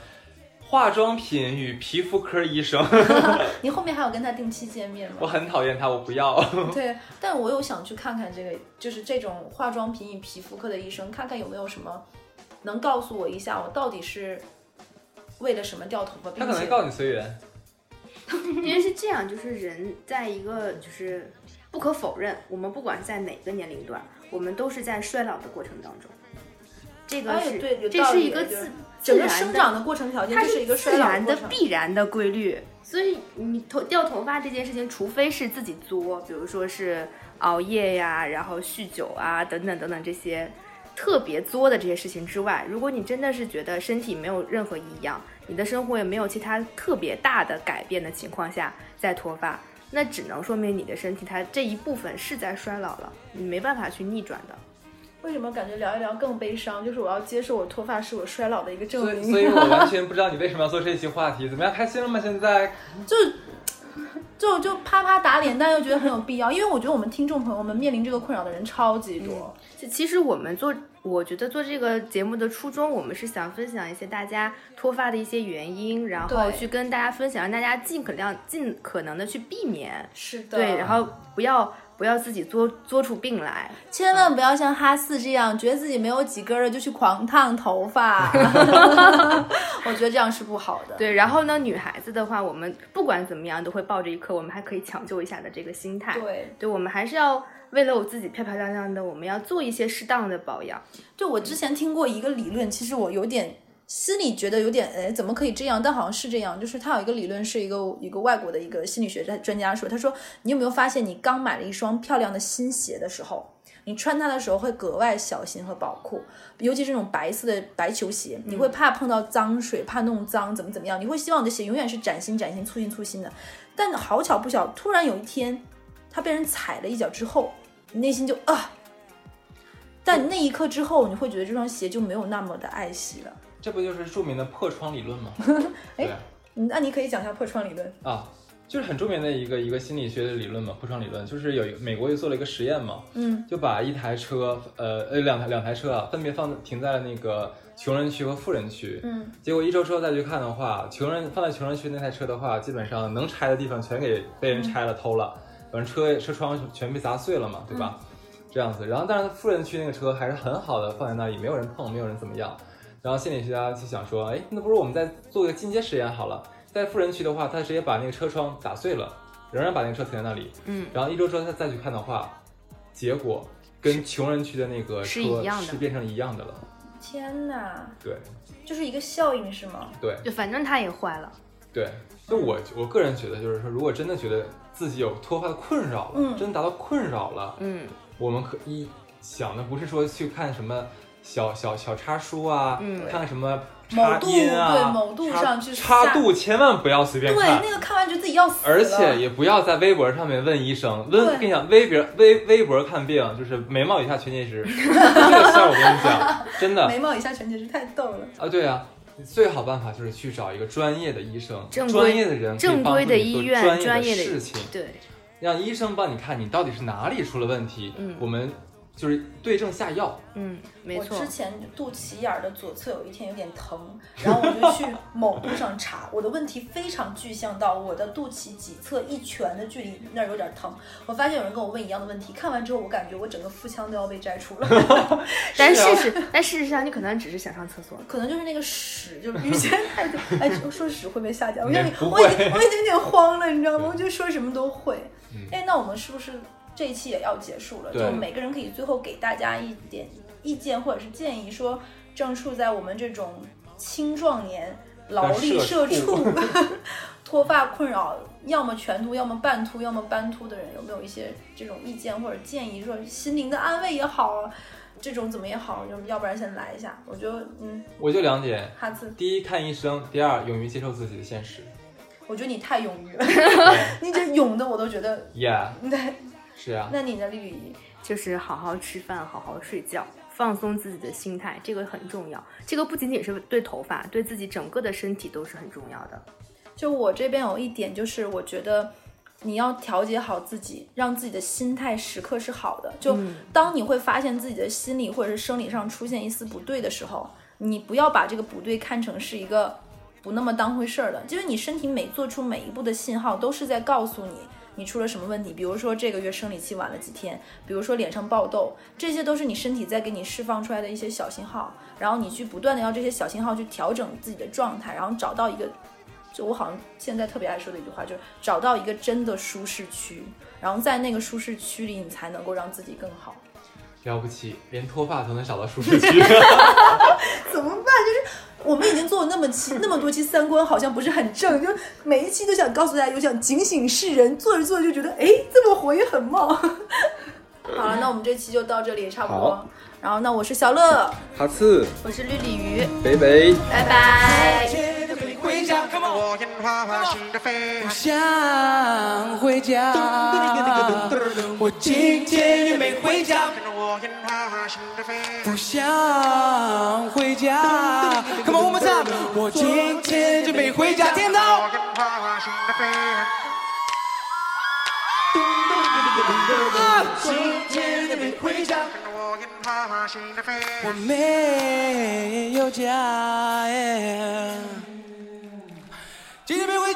Speaker 2: 化妆品与皮肤科医生，
Speaker 3: 你后面还有跟他定期见面吗？
Speaker 2: 我很讨厌他，我不要。
Speaker 3: 对，但我有想去看看这个，就是这种化妆品与皮肤科的医生，看看有没有什么能告诉我一下，我到底是为了什么掉头发，并
Speaker 2: 他可能
Speaker 3: 且
Speaker 2: 告你随缘。
Speaker 4: 因为是这样，就是人在一个就是不可否认，我们不管在哪个年龄段，我们都是在衰老的过程当中。这个
Speaker 3: 哎
Speaker 4: 是、
Speaker 3: 对有
Speaker 4: 这
Speaker 3: 道
Speaker 4: 是
Speaker 3: 理
Speaker 4: 一个
Speaker 3: 就是
Speaker 4: 自自
Speaker 3: 整个
Speaker 4: 然
Speaker 3: 生
Speaker 4: 的
Speaker 3: 长的过程条件，
Speaker 4: 它
Speaker 3: 这是一个衰
Speaker 4: 自
Speaker 3: 老
Speaker 4: 然
Speaker 3: 过
Speaker 4: 的
Speaker 3: 程。
Speaker 4: 必然的规律。所以你头掉头发这件事情，除非是自己作，比如说是熬夜呀、然后酗酒啊等等等等这些特别作的这些事情之外，如果你真的是觉得身体没有任何异样，你的生活也没有其他特别大的改变的情况下再脱发，那只能说明你的身体它这一部分是在衰老了，你没办法去逆转的。
Speaker 3: 为什么感觉聊一聊更悲伤？就是我要接受我脱发是我衰老的一个证
Speaker 2: 所以，
Speaker 3: 明。
Speaker 2: 所以我完全不知道你为什么要做这一期话题。怎么样，开心了吗？现在
Speaker 3: 就就就啪啪打脸，但又觉得很有必要，因为我觉得我们听众朋友们面临这个困扰的人超级多。
Speaker 4: 其其实我们做，我觉得做这个节目的初衷，我们是想分享一些大家脱发的一些原因，然后
Speaker 3: 对
Speaker 4: 去跟大家分享，让大家尽可量、尽可能的去避免，
Speaker 3: 是的，
Speaker 4: 对，然后不要不要自己作作出病来。
Speaker 3: 千万不要像哈四这样，觉得自己没有几根儿了就去狂烫头发， 我觉得这样是不好的。
Speaker 4: 对，然后呢，女孩子的话，我们不管怎么样都会抱着一颗我们还可以抢救一下的这个心态。
Speaker 3: 对，
Speaker 4: 对，我们还是要为了我自己漂漂亮亮的，我们要做一些适当的保养。
Speaker 3: 就我之前听过一个理论，其实我有点心里觉得有点，哎，怎么可以这样？但好像是这样，就是他有一个理论，是一个一个外国的一个心理学专专家说，他说你有没有发现，你刚买了一双漂亮的新鞋的时候，你穿它的时候会格外小心和保护，尤其是那种白色的白球鞋，你会怕碰到脏水，怕弄脏，怎么怎么样，你会希望你的鞋永远是崭新崭新、粗新粗新的。但好巧不巧，突然有一天，它被人踩了一脚之后，你内心就啊。但那一刻之后，你会觉得这双鞋就没有那么的爱惜了。
Speaker 2: 这不就是著名的破窗理论吗？对啊
Speaker 3: 嗯那你可以讲一下破窗理论。
Speaker 2: 啊，就是很著名的一个一个心理学的理论嘛，破窗理论，就是有一个美国就做了一个实验嘛，
Speaker 3: 嗯，
Speaker 2: 就把一台车，呃呃两台两台车啊，分别放停在了那个穷人区和富人区，
Speaker 3: 嗯，
Speaker 2: 结果一周之后再去看的话，穷人放在穷人区那台车的话，基本上能拆的地方全给被人拆了、偷了，
Speaker 3: 嗯
Speaker 2: 反正车车窗全被砸碎了嘛，对吧？这样子，然后但是富人区那个车还是很好的放在那里，没有人碰，没有人怎么样。然后心理学家就想说，哎，那不如我们再做个进阶实验好了。在富人区的话，他直接把那个车窗打碎了，仍然把那个车停在那里。
Speaker 4: 嗯，
Speaker 2: 然后一周之后他再去看的话，结果跟穷人区的那个车
Speaker 4: 是一样的
Speaker 2: 是变成一样的了。
Speaker 3: 天哪，
Speaker 2: 对
Speaker 3: 就是一个效应是吗？
Speaker 2: 对，
Speaker 4: 就反正它也坏了。
Speaker 2: 对，就我我个人觉得，就是说，如果真的觉得自己有脱发的困扰了，
Speaker 3: 嗯
Speaker 2: 真的达到困扰了，
Speaker 4: 嗯
Speaker 2: 我们可以想的不是说去看什么小小小插书啊，
Speaker 4: 嗯
Speaker 2: 看看什么
Speaker 3: 某
Speaker 2: 插
Speaker 3: 度
Speaker 2: 音啊，
Speaker 3: 对某度
Speaker 2: 插
Speaker 3: 上去
Speaker 2: 插
Speaker 3: 下
Speaker 2: 度千万不要随便
Speaker 3: 对，
Speaker 2: 看。
Speaker 3: 那个看完觉得自己要死了。
Speaker 2: 而且也不要在微博上面问医生，问
Speaker 3: 对
Speaker 2: 跟你讲，微博微微博看病就是眉毛以下全 近视，这个事儿我跟你讲，真的
Speaker 3: 眉毛以下全解释太逗了。
Speaker 2: 啊，对啊，最好办法就是去找一个专业的医生，
Speaker 4: 正规
Speaker 2: 专业的人，
Speaker 4: 正规的医院
Speaker 2: 专
Speaker 4: 专业的
Speaker 2: 事情，
Speaker 4: 对，
Speaker 2: 让医生帮你看你到底是哪里出了问题。
Speaker 4: 嗯
Speaker 2: 我们就是对症下药。
Speaker 4: 嗯，没
Speaker 3: 我
Speaker 4: 错
Speaker 3: 之。前肚脐眼儿的左侧有一天有点疼，然后我就去某度上查，我的问题非常具象到我的肚脐几侧一拳的距离那儿有点疼。我发现有人跟我问一样的问题，看完之后我感觉我整个腹腔都要被摘除了。
Speaker 4: 但
Speaker 2: 是啊
Speaker 4: 事实，但事实上，你可能只是想上厕所。
Speaker 3: 可能就是那个 屎，就是淤血太多。哎，说说屎会被下降，我有
Speaker 2: 也
Speaker 3: 点，
Speaker 2: 不
Speaker 3: 我已
Speaker 2: 会
Speaker 3: 经我已经有点慌了，你知道吗？
Speaker 2: 对
Speaker 3: 我就说什么都会
Speaker 2: 嗯。
Speaker 3: 哎，那我们是不是这一期也要结束了？
Speaker 2: 对
Speaker 3: 就每个人可以最后给大家一点意见或者是建议，说正处在我们这种青壮年劳力社畜 脱发困扰，要么全秃，要么半秃，要么斑秃的人，有没有一些这种意见或者建议？说心灵的安慰也好啊。这种怎么也好，要要不然先来一下。我觉得，嗯，
Speaker 2: 我就两点：
Speaker 3: 哈次，
Speaker 2: 第一，看医生；第二，勇于接受自己的现实。
Speaker 3: 我觉得你太勇于了，
Speaker 2: 对
Speaker 3: 你这勇的我都觉得。
Speaker 2: yeah，
Speaker 3: 对，
Speaker 2: 是啊，
Speaker 3: 那你的李雨怡，
Speaker 4: 就是好好吃饭，好好睡觉，放松自己的心态，这个很重要。这个不仅仅是对头发，对自己整个的身体都是很重要的。
Speaker 3: 就我这边有一点，就是我觉得你要调节好自己，让自己的心态时刻是好的。就
Speaker 4: 嗯
Speaker 3: 当你会发现自己的心理或者是生理上出现一丝不对的时候，你不要把这个不对看成是一个不那么当回事儿的，就是你身体每做出每一步的信号都是在告诉你。你出了什么问题？比如说这个月生理期晚了几天，比如说脸上爆痘，这些都是你身体在给你释放出来的一些小信号，然后你去不断的要这些小信号去调整自己的状态，然后找到一个就我好像现在特别爱说的一句话，就是找到一个真的舒适区，然后在那个舒适区里，你才能够让自己更好。
Speaker 2: 了不起，连脱发都能找到舒适区。
Speaker 3: 怎么办？就是我们已经做了那么期那么多期三观，好像不是很正，就每一期都想告诉大家，有想警醒世人。做着做着就觉得，哎，这么活也很冒。 好了，那我们这期就到这里，差不多
Speaker 2: 好。
Speaker 3: 然后，那我是小乐，
Speaker 2: 哈次，
Speaker 4: 我是绿鲤鱼，
Speaker 2: 北北。
Speaker 4: 拜 拜。
Speaker 1: 回家，Come on，
Speaker 5: 我烟花花试着飞
Speaker 1: 不。想回家。我今天也没回家，
Speaker 5: 跟着我烟花花试着飞。
Speaker 1: 不想回家。Come on，我们唱。我今天就没回家，听到？
Speaker 5: 我烟花花试着飞。
Speaker 1: 今天也没回家，
Speaker 5: 跟着我烟花花试着飞。
Speaker 1: 我没有家。耶今天没回